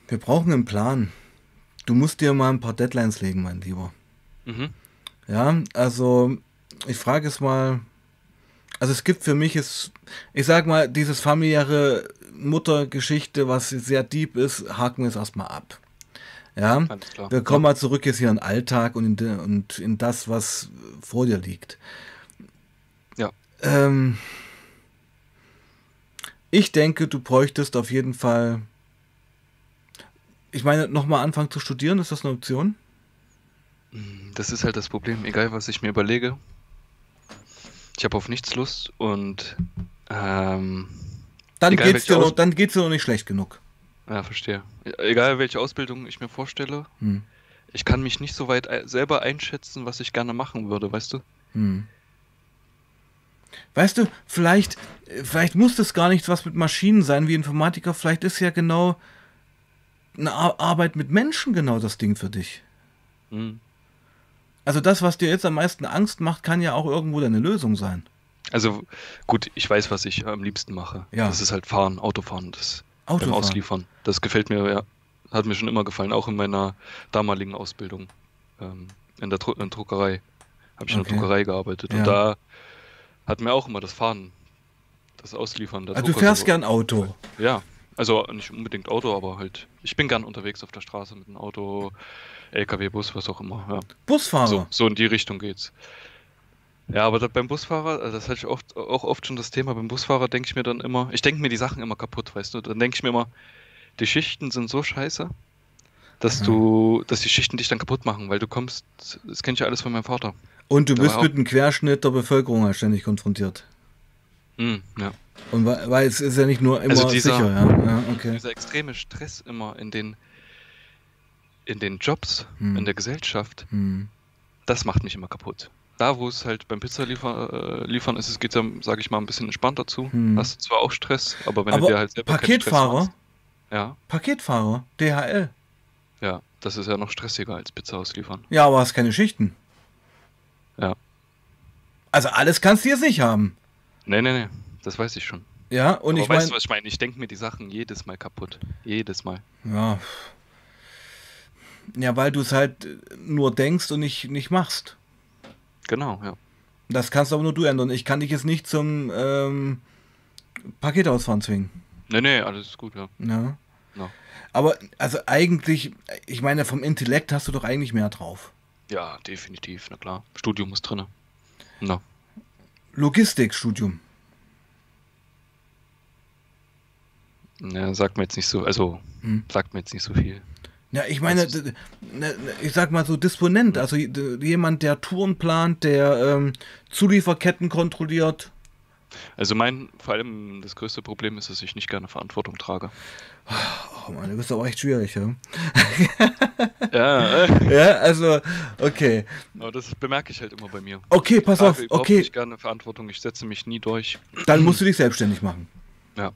B: wir brauchen einen Plan. Du musst dir mal ein paar Deadlines legen, mein Lieber.
A: Mhm.
B: Ja, also ich frage es mal. Also es gibt für mich es, ich sag mal, dieses familiäre Muttergeschichte, was sehr deep ist, haken wir es erstmal ab. Ja,
A: Alles klar.
B: wir kommen mal zurück jetzt hier in den Alltag und in, de, und in das, was vor dir liegt.
A: Ja.
B: Ähm, ich denke, du bräuchtest auf jeden Fall. Ich meine, nochmal anfangen zu studieren, ist das eine Option?
A: Das ist halt das Problem, egal was ich mir überlege. Ich habe auf nichts Lust und ähm,
B: Dann
A: Egal,
B: geht's
A: welche
B: dir noch,
A: Aus-
B: dann geht's dir noch nicht schlecht genug.
A: ja, verstehe. E-, Egal welche Ausbildung ich mir vorstelle,
B: Hm.
A: ich kann mich nicht so weit ei- selber einschätzen, was ich gerne machen würde, weißt du?
B: Hm. Weißt du, vielleicht, äh, vielleicht muss das gar nicht was mit Maschinen sein wie Informatiker. Vielleicht ist ja genau eine Ar Arbeit mit Menschen genau das Ding für dich.
A: Hm.
B: Also das, was dir jetzt am meisten Angst macht, kann ja auch irgendwo deine Lösung sein.
A: Also gut, ich weiß, was ich am liebsten mache.
B: Ja.
A: Das ist halt fahren, Autofahren, das beim
B: Autofahren.
A: Ausliefern. Das gefällt mir, ja. Hat mir schon immer gefallen, auch in meiner damaligen Ausbildung. Ähm, in der Dru in der Druckerei. Habe ich in der
B: Okay.
A: Druckerei gearbeitet.
B: Ja.
A: Und da hat mir auch immer das Fahren, das Ausliefern. Der
B: Also du
A: Drucker
B: fährst
A: so-
B: gern Auto.
A: Ja. Also nicht unbedingt Auto, aber halt, ich bin gern unterwegs auf der Straße mit einem Auto, LKW, Bus, was auch immer. Ja.
B: Busfahrer.
A: So, so in die Richtung geht's. Ja, aber da, beim Busfahrer, also das hatte ich oft, auch oft schon das Thema, beim Busfahrer denke ich mir dann immer, ich denke mir die Sachen immer kaputt, weißt du, dann denke ich mir immer, die Schichten sind so scheiße, dass du, dass die Schichten dich dann kaputt machen, weil du kommst, das kenne ich ja alles von meinem Vater.
B: Und du
A: Da
B: bist
A: war
B: mit einem Querschnitt der Bevölkerung ja ständig konfrontiert.
A: Hm, ja.
B: Und weil, weil es ist ja nicht nur immer
A: Also dieser-
B: sicher, ja. ja okay.
A: Dieser extreme Stress immer in den in den Jobs,
B: Hm.
A: in der Gesellschaft,
B: Hm.
A: das macht mich immer kaputt. Da, wo es halt beim Pizzaliefern äh, liefern ist, es geht ja, sage ich mal, ein bisschen entspannter zu.
B: Hm.
A: Hast du zwar auch Stress, aber wenn du dir
B: Aber
A: halt selber keinen Stress
B: Paketfahrer,
A: machst- ja,
B: Paketfahrer, DHL.
A: ja, das ist ja noch stressiger als Pizza ausliefern.
B: Ja, aber hast keine Schichten.
A: Ja.
B: Also alles kannst du jetzt nicht haben.
A: Nee, nee, nee, das weiß ich schon.
B: Ja, und
A: aber weißt
B: ich meine,
A: du, was ich meine? Ich denke mir die Sachen jedes Mal kaputt. Jedes Mal.
B: ja. Ja, weil du es halt äh, nur denkst und nicht, nicht machst.
A: Genau, ja.
B: Das kannst aber nur du ändern. Ich kann dich jetzt nicht zum ähm, Paketausfahren zwingen.
A: Nee, nee, alles gut, ja.
B: Ja.
A: No.
B: Aber also eigentlich, ich meine, vom Intellekt hast du doch eigentlich mehr drauf.
A: Ja, definitiv, na klar. Studium ist drinne. Na,
B: Logistikstudium.
A: ne, sagt mir jetzt nicht so, also
B: Hm.
A: sagt mir jetzt nicht so viel.
B: Ja, ich meine,
A: Das
B: d- ne- ne- ich sag mal so Disponent, also j- d- jemand, der Touren plant, der ähm, Zulieferketten kontrolliert.
A: Also mein, vor allem das größte Problem ist, dass ich nicht gerne Verantwortung trage.
B: Oh Mann, du bist aber echt schwierig, ja.
A: Ja, äh,
B: Ja, also, okay.
A: aber das bemerke ich halt immer bei mir.
B: Okay, pass
A: trage
B: auf,
A: überhaupt
B: okay,
A: nicht gerne Verantwortung, ich setze mich nie durch.
B: dann musst du dich selbstständig machen.
A: Ja.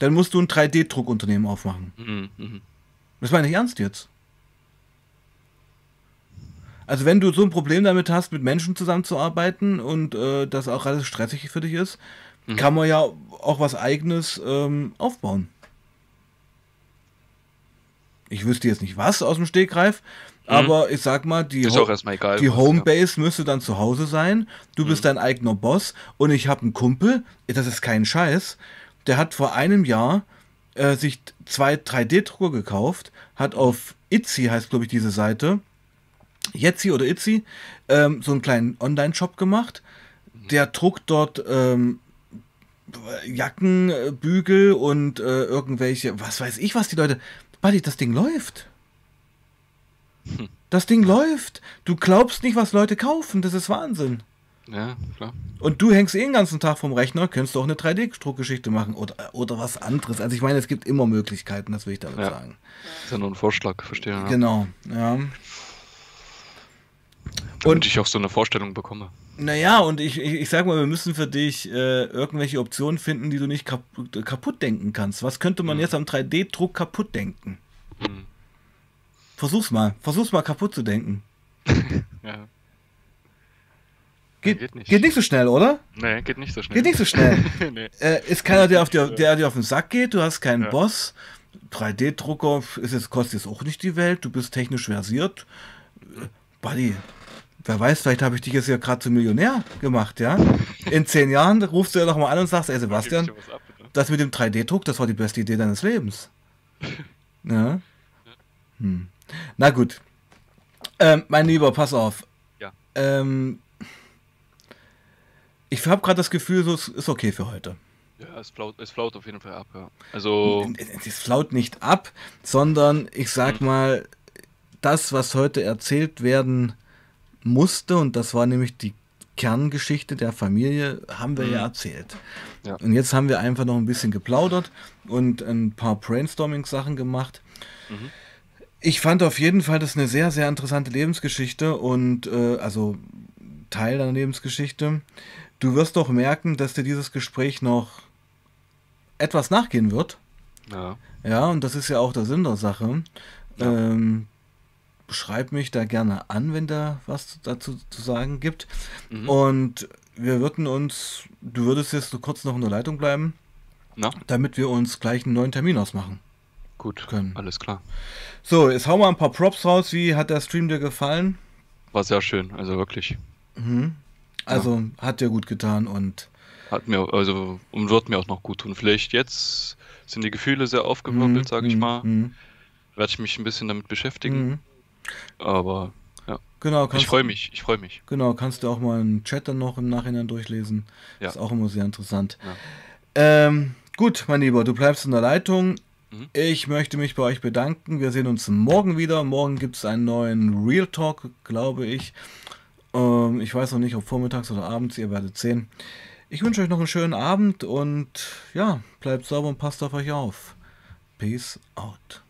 B: Dann musst du ein 3D-Druckunternehmen aufmachen.
A: Mhm, mhm.
B: Das meine ich ernst jetzt. Also wenn du so ein Problem damit hast, mit Menschen zusammenzuarbeiten und äh, das auch alles stressig für dich ist,
A: Mhm.
B: kann man ja auch was eigenes ähm, aufbauen. Ich wüsste jetzt nicht was aus dem Stegreif, aber ich sag mal, die,
A: Mhm. Ist
B: Ho-
A: auch erstmal egal.
B: die
A: was,
B: Homebase müsste dann zu Hause sein. Du bist
A: Mhm.
B: dein eigener Boss und ich habe einen Kumpel, das ist kein Scheiß, der hat vor einem Jahr äh, sich zwei 3D-Drucker gekauft, hat auf Itzy, heißt glaube ich diese Seite, Jetzi oder Itzy, ähm, so einen kleinen Online-Shop gemacht. Der druckt dort ähm, Jacken, äh, Bügel und äh, irgendwelche, was weiß ich, was die Leute. Buddy, das Ding läuft. Das Ding läuft. Du glaubst nicht, was Leute kaufen. Das ist Wahnsinn.
A: Ja, ja klar.
B: Und du hängst eh den ganzen Tag vom Rechner, könntest du auch eine 3D-Druckgeschichte machen oder, oder was anderes. Also ich meine, es gibt immer Möglichkeiten, das will ich damit
A: Ja.
B: sagen.
A: Ist ja nur ein Vorschlag, verstehe. Ja.
B: Genau, ja.
A: Damit
B: Und-
A: ich auch so eine Vorstellung bekomme.
B: Naja, und ich, ich, ich sag mal, wir müssen für dich äh, irgendwelche Optionen finden, die du nicht kap kaputt denken kannst. Was könnte man
A: Mhm.
B: jetzt am 3D-Druck kaputt denken?
A: Mhm.
B: Versuch's mal. Versuch's mal kaputt zu denken.
A: Ja.
B: Geht,
A: geht nicht.
B: geht nicht so schnell, oder?
A: Nee, geht nicht so schnell.
B: Geht nicht so schnell.
A: nee.
B: äh, ist keiner, der, auf dir, der dir auf den Sack geht, du hast keinen
A: Ja.
B: Boss. 3D-Drucker ist jetzt, kostet jetzt auch nicht die Welt, du bist technisch versiert. Äh, Buddy, wer weiß, vielleicht habe ich dich jetzt ja gerade zum Millionär gemacht, ja? In zehn Jahren rufst du ja nochmal an und sagst, ey Sebastian,
A: Gib ich dir was ab, ne?
B: das mit dem 3D-Druck, das war die beste Idee deines Lebens. Ja? Hm. Na gut. Ähm, mein Lieber, pass auf.
A: Ja.
B: Ähm, ich habe gerade das Gefühl, so es ist okay für heute.
A: Ja, es flaut, es flaut auf jeden Fall ab, ja. Also,
B: Es flaut nicht ab, sondern ich sag
A: Mhm.
B: mal, das, was heute erzählt werden musste, und das war nämlich die Kerngeschichte der Familie, haben wir
A: Mhm.
B: ja erzählt.
A: Ja.
B: Und jetzt haben wir einfach noch ein bisschen geplaudert und ein paar Brainstorming-Sachen gemacht.
A: Mhm.
B: Ich fand auf jeden Fall das eine sehr, sehr interessante Lebensgeschichte und äh, also Teil deiner Lebensgeschichte. Du wirst doch merken, dass dir dieses Gespräch noch etwas nachgehen wird.
A: ja.
B: Ja, und das ist ja auch der Sinn der Sache. Ähm, schreib mich da gerne an, wenn da was dazu zu sagen gibt.
A: Mhm.
B: Und wir würden uns, du würdest jetzt so kurz noch in der Leitung bleiben,
A: Na,
B: damit wir uns gleich einen neuen Termin ausmachen
A: gut,
B: können.
A: alles klar.
B: So, jetzt hau mal ein paar Props raus. Wie hat der Stream dir gefallen?
A: War sehr schön, also wirklich.
B: Mhm. Also hat dir gut getan und
A: Hat mir, also, und wird mir auch noch gut tun. Vielleicht jetzt sind die Gefühle sehr aufgewirbelt,
B: Mhm,
A: sage ich
B: mhm,
A: mal.
B: mhm,
A: Werde ich mich ein bisschen damit beschäftigen,
B: mhm.
A: aber
B: Genau,
A: ich
B: kannst,
A: freue mich, ich freue mich.
B: genau, kannst du auch mal einen Chat dann noch im Nachhinein durchlesen.
A: Ja.
B: Ist auch immer sehr interessant.
A: Ja. Mhm.
B: Ähm, gut, mein Lieber, du bleibst in der Leitung. Ich möchte mich bei euch bedanken. Wir sehen uns morgen wieder. Morgen gibt es einen neuen Real Talk, glaube ich. Ähm, ich weiß noch nicht, ob vormittags oder abends, ihr werdet sehen. Ich wünsche euch noch einen schönen Abend und ja, bleibt sauber und passt auf euch auf. Peace out.